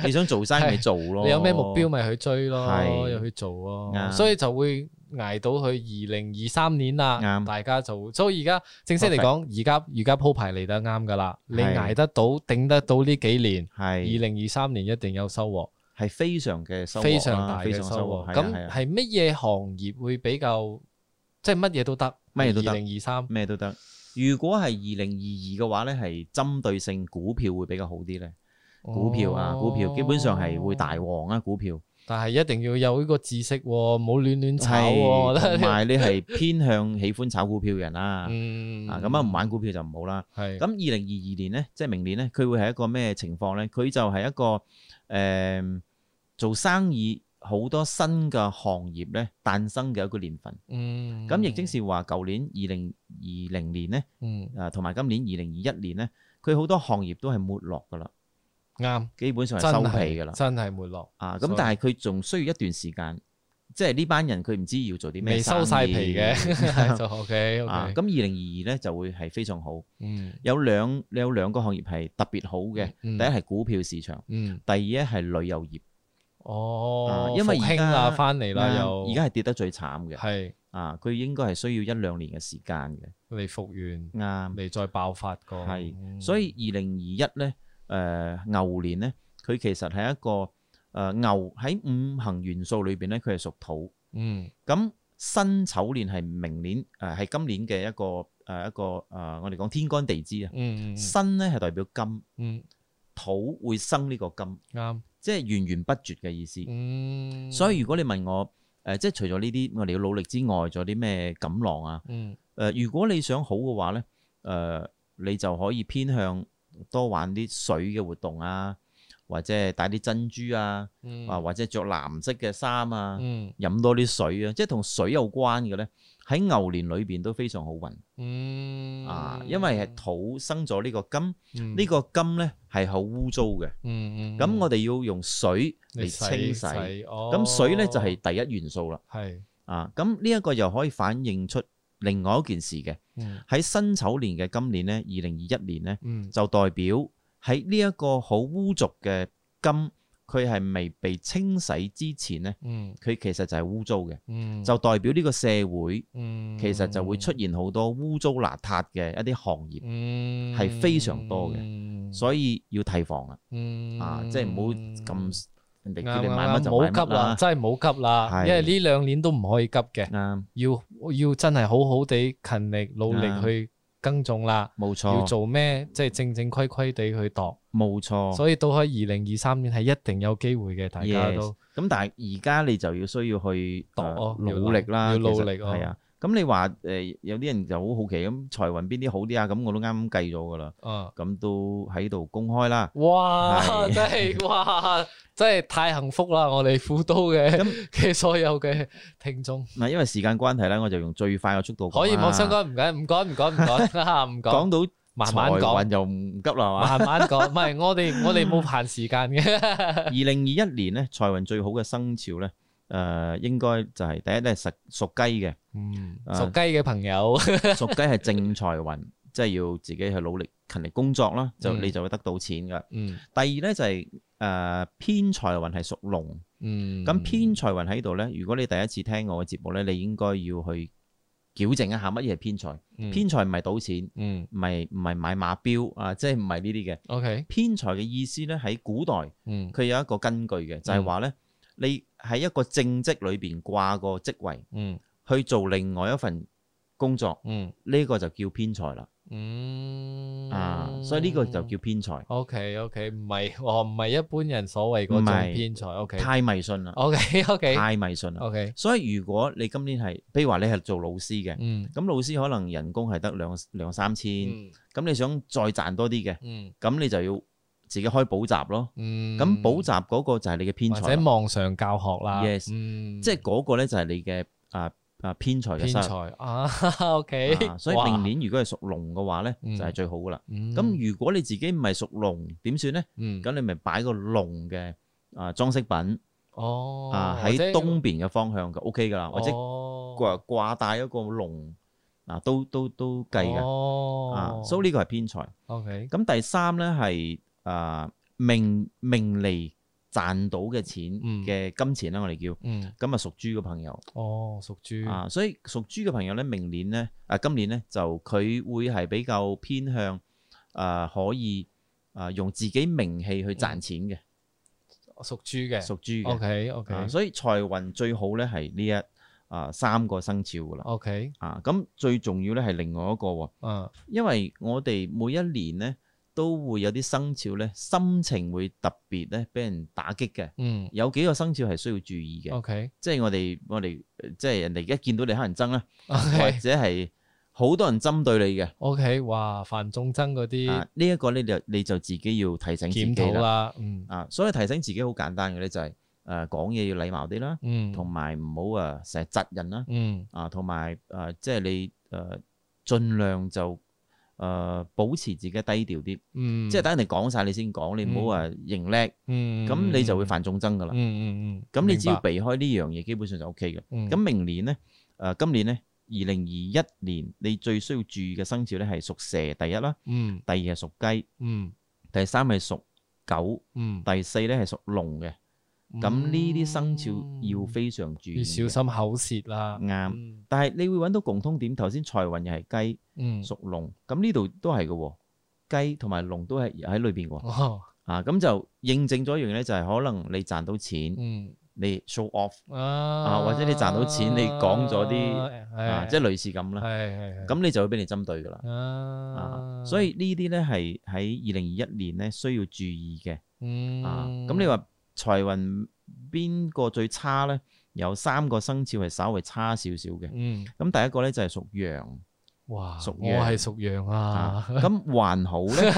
你想做生意咪做咯。你有咩目標？咪去追咯，係又去做咯，啱所以就會捱到去二零二三年啦。啱大家就所以而家正式嚟講，而家而家鋪排嚟得啱噶啦，你係捱得到、頂得到呢幾年，二係零二三年一定有收穫，係非常嘅收穫啦，非常大非嘅常收穫。穫。咁咁係啊係乜嘢行業會比較，即係乜嘢都得，乜嘢都得二零二三，咩都得。如果係二零二二嘅話咧，係針對性股票會比較好啲咧。股票啊，股票基本上係會大哦，旺啊，股票。但係一定要有呢個知識喎，唔好亂亂炒係，喎。我覺得同埋你係偏向喜歡炒股票嘅人啦。 嗯啊，咁啊唔玩股票就唔好啦。係咁二零二二年咧，即係明年咧，佢會係一個咩情況咧？佢就係一個誒、做生意好多新嘅行業咧誕生嘅一個年份。嗯咁亦即是話，舊年二零二零年咧，嗯誒啊同埋今年二零二一年咧，佢好多行業都係沒落噶啦，啱，基本上係真收係皮噶啦。真係沒落，啊，所咁以但係佢仲需要一段時間，即係呢班人佢唔知要做啲咩未收晒皮 嘅 就 OK 啊， OK，咁二零二二咧就會係非常好，嗯有兩有兩個行業係特別好嘅，嗯第一係股票市場，嗯，第二咧係旅遊業，哦，啊因為復而興家啦，翻嚟啦又，而家係跌得最慘嘅，係啊，佢應該係需要一兩年嘅時間嘅，嚟復原，啱，嚟再爆發過，係嗯所以二零二一咧，誒牛年咧，佢其實係一個誒牛喺五行元素裏邊咧，佢係屬土，嗯咁辛丑年係明年誒係今年嘅一個誒一個誒我哋講天干地支啊，嗯嗯辛咧係代表金。嗯土會生呢個金，啱，即係源源不絕嘅意思。嗯，所以如果你問我，誒、呃即係除咗呢啲我哋要努力之外，仲有啲咩錦囊啊？嗯誒、如果你想好嘅話咧，誒、你就可以偏向多玩啲水嘅活動啊，或者係戴啲珍珠啊，嗯啊或者着藍色嘅衫啊，嗯飲多啲水啊，即係同水有關嘅咧，喺牛年裏邊都非常好運嗯啊，因為係土生咗呢個金，呢、呢個金咧係好污糟嘅。嗯嗯哦咁我哋哋要用水嚟清洗，咁水咧就係第一元素啦。係啊，咁呢一個又可以反映出另外一件事嘅，嗯喺辛丑年嘅今年咧，二零二一年咧，嗯就代表喺呢一個好污濁嘅金，佢係未被清洗之前咧，嗯佢其實就係污糟嘅，嗯就代表呢個社會嗯其實就會出現好多污糟邋遢嘅一啲行業，嗯係非常多嘅嘅所以要提防啊！嗯啊，即係唔好咁人哋啱叫你啱買乜啱就唔買乜好急啦，啦，真係唔好急啦，係因為呢兩年都唔可以急嘅，啱，要要真係好好地勤力努力啱去耕種啦。冇啊錯。要做咩？即係正正規規地去度，冇錯，所以到喺二零二三年係一定有機會嘅，大家 Yes，都咁但係而家你就要需要去度呃咯要努力啦，要其實努力咯係啊。咁你話誒、呃有啲人就好好奇咁財運邊啲好啲啊？咁我都啱啱計咗噶啦，啊，咁都喺度公開啦。哇，係真 係哇，真係太幸福啦！我哋副都嘅嘅所有嘅聽眾，嗱，因為時間關係咧，我就用最快嘅速度講可以啦冇相干，唔緊唔講唔講唔 講啊唔講，講到慢慢財講，運就唔急啦係 嘛。慢慢講，唔係 我哋我哋冇限時間嘅，二零二一年咧，財運最好嘅生肖咧，誒、應該就係、第一咧，屬屬雞 嘅，嗯，啊屬雞嘅朋友， 屬雞係正財運，即係要自己去努力勤力工作啦，就嗯你就會得到錢噶。嗯第二咧就係、誒偏財運係屬龍，嗯，咁偏財運喺度咧。如果你第一次聽我嘅節目咧，你應該要去矯正一下乜嘢係偏財。嗯偏財唔係賭錢，嗯唔係唔係買馬標啊，即係唔係呢啲嘅。 ，OK，偏財嘅意思咧喺古代嗯佢有一個根據嘅，就係話咧你喺一個正職裏邊掛個職位嗯去做另外一份工作，嗯呢、個就叫偏財啦。嗯，啊，所以呢個就叫偏財， O K O K，唔係 哦，唔係一般人所謂嗰種唔係偏財。O K 太迷信啦， O K O K 太迷信啦。 O K，所以如果你今年係，比如話你係做老師嘅，嗯咁老師可能人工係得兩兩三千，咁、嗯你想再賺多啲嘅，嗯咁你就要自己開補習咯。嗯，咁補習嗰個就係你嘅偏或者財啦，網上教學啦 Yes，嗯，即係嗰個咧就係你嘅啊啊偏財嘅偏收入。財啊。O K，啊所以明年如果係屬龍嘅話咧，嗯就係最好噶啦。年咁如果你自己唔係屬龍，點算咧？嗯咁你咪擺個龍嘅啊裝飾品哦啊喺東邊嘅方向就 OK 噶啦，或者掛掛掛帶一個龍啊，都都都計嘅。啊哦，，所以呢個係偏財。 O K，咁第三咧係啊名名利賺到嘅錢嗯嘅金錢啦，我哋叫嗯，咁啊屬豬嘅朋友哦，屬豬，啊，所以屬豬嘅朋友咧，明年咧啊今年咧就佢會係比較偏向啊可以啊用自己名氣去賺錢嘅屬豬嘅屬豬，O 嘅 K O 啊， K 所以財運最好咧係呢一啊三個生肖噶啦 O K，啊，咁最重要咧係另外一個喎。嗯因為我哋每一年咧都會有啲生肖咧心情會特別咧俾人打擊嘅，嗯有幾個生肖係需要注意嘅， ，O K 即係我哋我哋呃即係人哋一見到你黑人憎啦， O 或 K。者係好多人針對你嘅， O K，哇，范仲憎嗰啲啊呢一個咧你就你就自己要提醒自檢己討啦，啦，嗯啊所以提醒自己好簡單嘅咧就係誒講嘢要禮貌啲啦，嗯，同埋唔好啊成日窒人啦，嗯啊同埋誒即係你誒、呃、盡量就誒、呃保持自己低調啲。嗯，即係等人哋講晒你先講，你唔好話認叻，嗯，咁你就會犯眾憎噶啦。嗯嗯嗯，咁你只要避開呢樣嘢，基本上就 O K 嘅。明白咁明年呢，誒今年呢，二零二一年你最需要注意嘅生肖呢係屬蛇第一啦，嗯第二係屬雞，嗯第三係屬狗，嗯第四呢係屬龍嘅。嗯，咁呢啲生肖要非常注意要小嘅。心口舌啦，啱，嗯但係你會揾到共通點，頭先財運又係雞嗯，屬龍，咁呢度都係嘅喎，雞同埋龍都係喺裏邊喎。哦，啊，咁就認證咗一樣嘢咧，就係可能你賺到錢，嗯你 show off 啊或者你賺到錢你講咗啲啊，即係係類似咁啦，係係咁你就會俾你針對噶啦。咁啊啊，，所以呢啲咧係喺二零二一年咧需要注意嘅。嗯啊，咁你話財運邊個最差咧？有三個生肖係稍微差少少嘅。嗯咁第一個咧就係屬羊哇，屬我羊係屬羊啊啊，，咁還好 咧，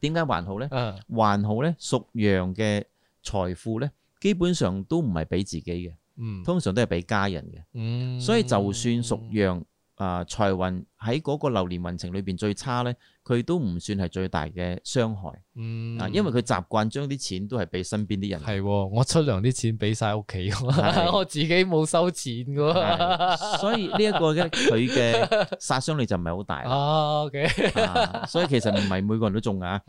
點解還好咧？嗯還好咧，屬羊嘅財富咧，基本上都唔係俾自己嘅。 嗯通常都係俾家人嘅，嗯，所以就算屬羊啊、財運喺嗰個流年運程裏邊最差咧，佢都唔算係最大嘅傷害嗯啊，因為佢習慣將啲錢都係俾身邊啲人，系，我出糧啲錢俾晒屋企㗎嘛，係 我自己冇收錢噶。係所以呢一個咧佢嘅殺傷力就唔係好大啦、啊，OK，啊所以其實唔係每個人都中㗎。啊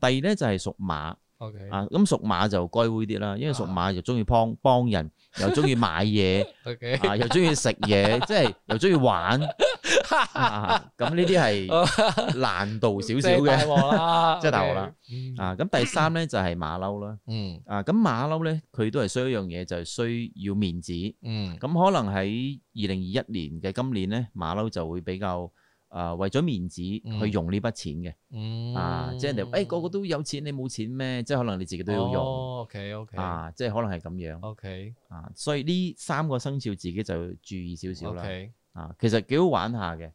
第二咧就係屬馬啊， ，OK，咁屬馬就該會啲啦，因為屬馬又中意幫幫人，又中意買嘢 OK，啊，又中意食嘢，即係又中意玩啊，咁呢啲係。難度少少即係大嘅。鑊 啦，即係大鑊 OK 啦。啊，咁第三咧就係馬騮啦。嗯啊，咁馬騮咧，佢都係需要一樣嘢，就係、需要面子。咁嗯可能喺二零二一年嘅今年咧，馬騮就會比較啊、為咗面子去用呢筆錢嘅。嗯啊，即係人哋誒個個都有錢，你冇錢咩？即係可能你自己都要用。哦 OK OK 啊，即係可能係咁樣 OK 啊，所以呢三個生肖自己就要注意少少啦。 OK，啊，其實幾好玩下 嘅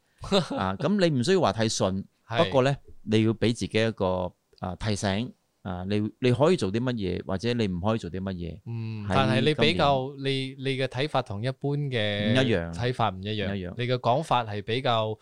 啊。咁你唔需要話太順，不過咧你要俾自己一個啊提醒啊，你你可以做啲乜嘢，或者你唔可以做啲乜嘢。嗯，喺但係你今比年較你你嘅睇法同一般嘅唔一樣睇法唔一樣，唔一樣你嘅講法係比較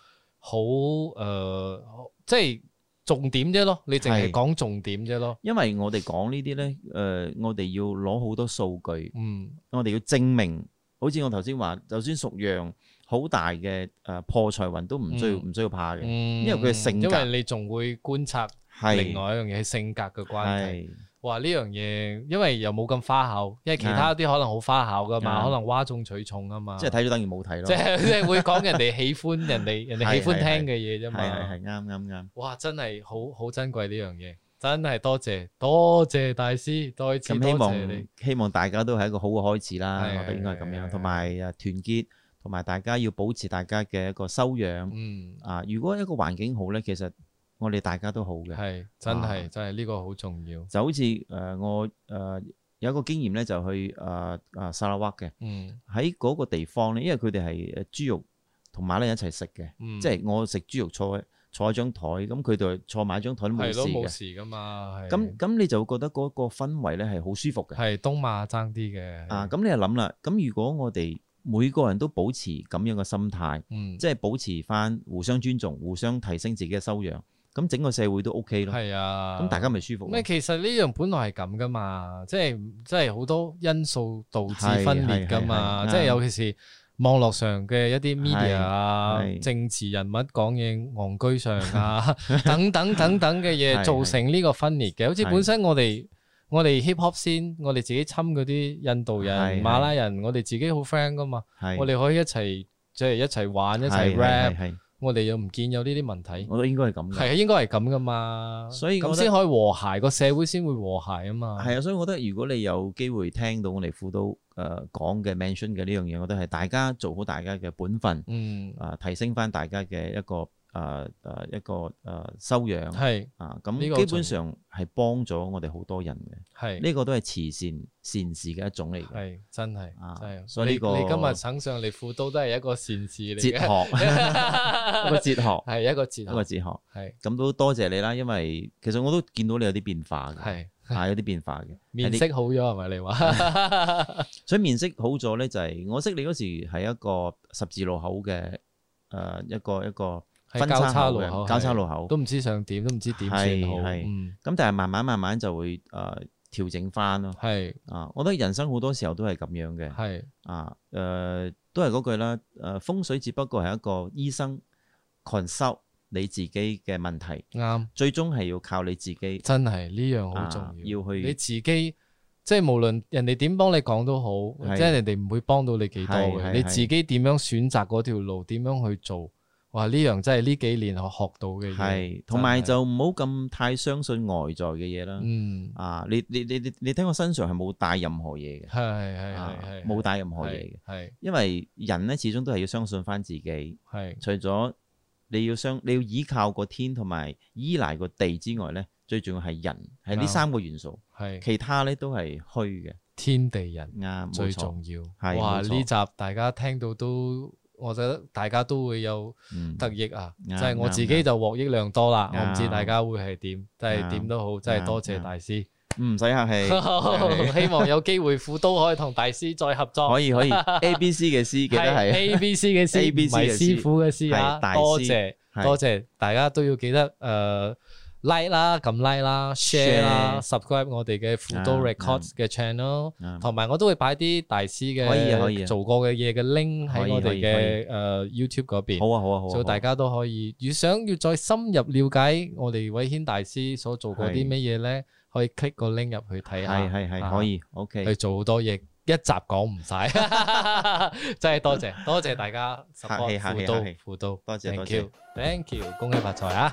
好誒、呃即係重點啫咯，你淨係係講重點啫咯，因為我哋講呢啲咧，誒、我哋要攞好多數據，嗯我哋要證明。好似我頭先話，就算屬羊，好大嘅誒、呃破財運都唔需要唔、嗯需要怕嘅，因嗯，為佢嘅性格因為你仲會觀察係另外一樣嘢係性格嘅關係。係哇！呢樣嘢因為又冇咁花巧，因為其他啲可能好花巧噶嘛，啱可能嘩眾取寵啊嘛，即係睇咗等於冇睇咯。即係 即係會講人哋喜歡 人哋人哋喜歡係係聽係嘅嘢啫嘛。係係係啱啱啱。哇！真係好好珍貴呢樣嘢，真係多謝多謝大師，再咁次希多謝你望。希望大家都係一個好嘅開始啦，係我覺得應該係係咁係樣，同埋誒團結，同埋大家要保持大家嘅一個修養嗯，啊！如果一個環境好咧，其實我哋大家都好嘅，係真係啊真係呢個好重要。就好似誒、呃我誒、呃有一個經驗咧，就去誒誒沙拉瓦嘅，嗯喺嗰個地方咧，因為佢哋係誒豬肉同馬來人一齊食嘅，嗯，即係我食豬肉坐坐喺張台，咁佢哋坐埋張台都冇係事咯，冇嘅，事噶嘛。係咁咁你就會覺得嗰個氛圍咧係好舒服嘅。係東馬爭啲嘅。啊，咁你就諗啦，咁如果我哋每個人都保持咁樣嘅心態，嗯，即係保持翻互相尊重、互相提升自己嘅修養，咁整個社會都 OK 咯。係啊。咁大家咪舒服咯咩？。其實呢樣本來係咁噶嘛，即係即係好多因素導致係分裂噶係嘛，係係即係尤其是網絡上嘅一啲 media 啊係、係政治人物講嘢戇居上 啊等等等等嘅嘢，係造成呢個分裂嘅。好似係本身我哋我哋 hip hop 先，我哋自己侵嗰啲印度人、係係馬拉人，我哋自己好 friend 噶嘛，係我哋可以一齊即係一齊玩、一係齊係 rap，係係我哋又唔見有呢啲問題。我覺得應該係咁嘅。係啊，應該係咁噶嘛，所以我咁覺得先可以和諧，個社會先會和諧啊嘛。係啊，所以我覺得如果你有機會聽到我哋輔導誒講嘅 mention 嘅呢樣嘢，我覺得係大家做好大家嘅本分，嗯，啊、提升翻大家嘅一個誒誒、呃呃一個誒、呃修養係啊，呢個咁好基重要本上係幫咗我哋好多人嘅。係呢個都係慈善善事嘅一種嚟嘅，係真係啊真係。所以呢個你你今日省上嚟輔導都係一個善事嚟哲嘅， 學一個哲學，係一個哲一個學，哲學。係咁都多謝你啦，因為其實我都見到你有啲變化嘅，係係有啲變化嘅。面係色好咗係咪？你話所以面色好咗咧，就係我識你嗰時係一個十字路口嘅誒一個一個 係分交叉叉路口口，嘅交叉係路口。都唔知想點，都唔知點算係好。係嗯，咁但係慢慢慢慢就會誒調整翻咯。係啊，我覺得人生好多時候都係咁樣嘅。係啊，誒、都係嗰句啦，誒、呃風水只不過係一個醫生 consult 你自己嘅問題，啱，最終係要靠你自己真係呢樣好啊重要。要去你自己即係無論人哋點幫你講都好，係即係人哋唔會幫到你幾多係嘅。係你自己點樣選擇嗰條路，點樣去做，哇！呢樣真係呢幾年我學到嘅嘢。係，同埋就唔好咁太相信外在嘅嘢啦。嗯，啊，你你你你你睇我身上係冇帶任何嘢嘅，係係啊係係冇帶任何嘢係嘅，係因為人咧始終都係要相信翻自己，係除咗你要相你要依靠個天同埋依賴個地之外咧，最重要係人，係呢啱三個元素，係其他咧都係虛嘅。天地人啱，最冇重錯，要。係哇！冇錯呢集大家聽到都，我覺得大家都會有。嗯，得益啊！即啱係我啱自己就獲益良多啦。我啱唔知大家會係點，即係啱點都好，真係啱多謝啱大師。唔使客 氣，希望有機會副都可以同大師再合作。可以可以，A B C 嘅 C 記得 係 A B C 嘅 C，唔 ABC 係嘅師 C，傅嘅師啊係！大師多謝係多謝大家都要記得誒 like 啦，撳 like 啦，share 啦 Share ，subscribe 我哋嘅副都啱 records 嘅 channel。啱同埋我都會擺啲大師嘅可以啊可以啊做過嘅嘢嘅 link 可喺以我哋可以嘅誒 YouTube 嗰邊。好啊好啊好啊好所以啊，大家都可以，如想要再深入了解我哋偉軒大師所做過啲係咩嘢咧，可以 click 個 link 入去睇下，係係係可以去，OK，做好多嘢，一集講唔晒， 真係多謝多謝大家 support 客氣客氣輔導客氣輔導，多謝 thank 多謝 you，thank you，恭喜發財啊！